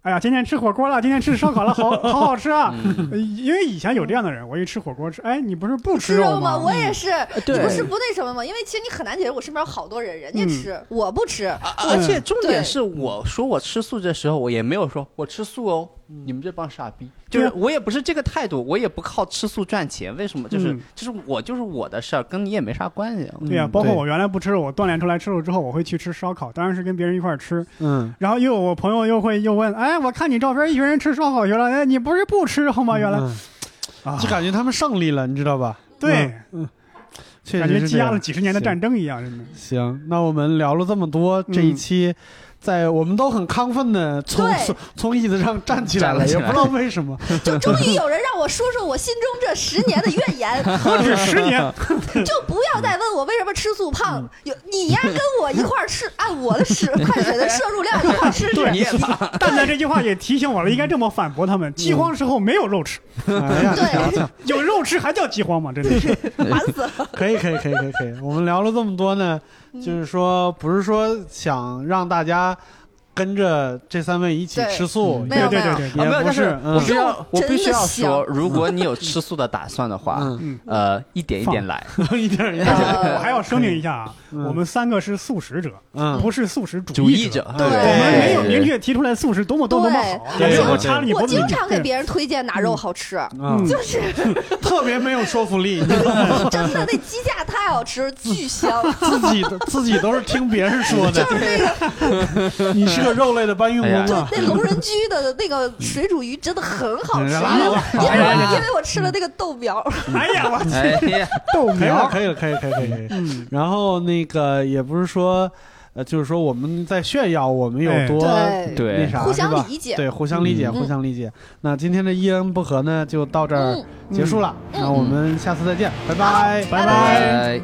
哎呀，今天吃火锅了，今天吃烧烤 了，好好好吃啊！
嗯
呃因为以前有这样的人，我一吃火锅吃，哎，你不是不吃
吃肉
吗？嗯
我也是，
对
你不是不那什么吗？因为其实你很难解释，我身边有好多人，人家吃，我不吃。
而且重点
对
是，我说我吃素的时候，我也没有说我吃素哦，你们这帮傻逼，就
对啊
是我也不是这个态度，我也不靠吃素赚钱，为什么？就是
嗯
就是我就是我的事儿，跟你也没啥关系。
对呀、
嗯
包括
对
我原来不吃肉，我锻炼出来吃肉之后，我会去吃烧烤，当然是跟别人一块儿吃。
嗯，
然后又有我朋友又会又问，哎，哎，我看你照片，一群人吃烧烤去了，哎，你不是不吃肉吗？原来
嗯
啊
就，感觉他们上力了，你知道吧？
对
嗯，，确
感
实是
觉
这
积压
样
了几十年的战嗯争一样，真的。
行，那我们聊了这么多，这一期，在我们都很亢奋的从
对
从从椅子上站起来了，
站了起
也
来
不知道为什么。
就终于有人让我说说我心中这十年的怨言，
何止十年，
就不要再问我为什么吃素胖。有你呀，跟我一块儿吃，按我的吃汗水的摄入量一块儿吃
对
吃。
蛋蛋这句话也提醒我了，应该这么反驳他
嗯
们：饥荒时候没有肉吃，
哎呀，
对
瞧瞧，
有肉吃还叫饥荒吗？真的是。
烦死了。
可以可以可以可以可以，我们聊了这么多呢，
嗯
就是说不是说想让大家跟着这三位一起
对
吃素，
没
也
对嗯
有
对对
没有
对
也
对，
啊，没有，
不
但
是嗯
我必须要
肉，
我
真
必须
的
要
香
说，如果你有吃素的打算的话，
嗯，
嗯，
呃，一点一点来，
一点儿一点儿，
呃
我还要声明一下啊，
嗯
我们三个是素食者，
嗯，
不是素食
主
义
义者，
对
我们没有
对
明确提出来素食多么多么多么好，
对
没有
对
说
对
掐了你脖
我
子里
经常给
对
别人推荐哪肉好吃，
嗯
嗯
就是
特别没有说服力，你知道吗
真的那鸡架太好吃，巨香。
自己的自己都是听别人说 的。你是个肉类的搬运工
哎
啊
呀！
那龙人居的那个水煮鱼真的很好吃，因
嗯拉
为
倒吧
因为
哎呀
我因为我吃了那个豆苗，
哎呀，我
哎呀，
豆
可以了，
苗，
可以了，可以了，可以了，可以了。
嗯，
然后那个也不是说，呃，就是说我们在炫耀我们有
哎
多
对，
那
对，
啥，
互
是吧
相理解。
对，互相理解，
嗯
互相理解。那今天的一言不合呢，就到这儿
嗯，
结束了。那我们下次再见，拜拜，
拜
拜
拜。
哎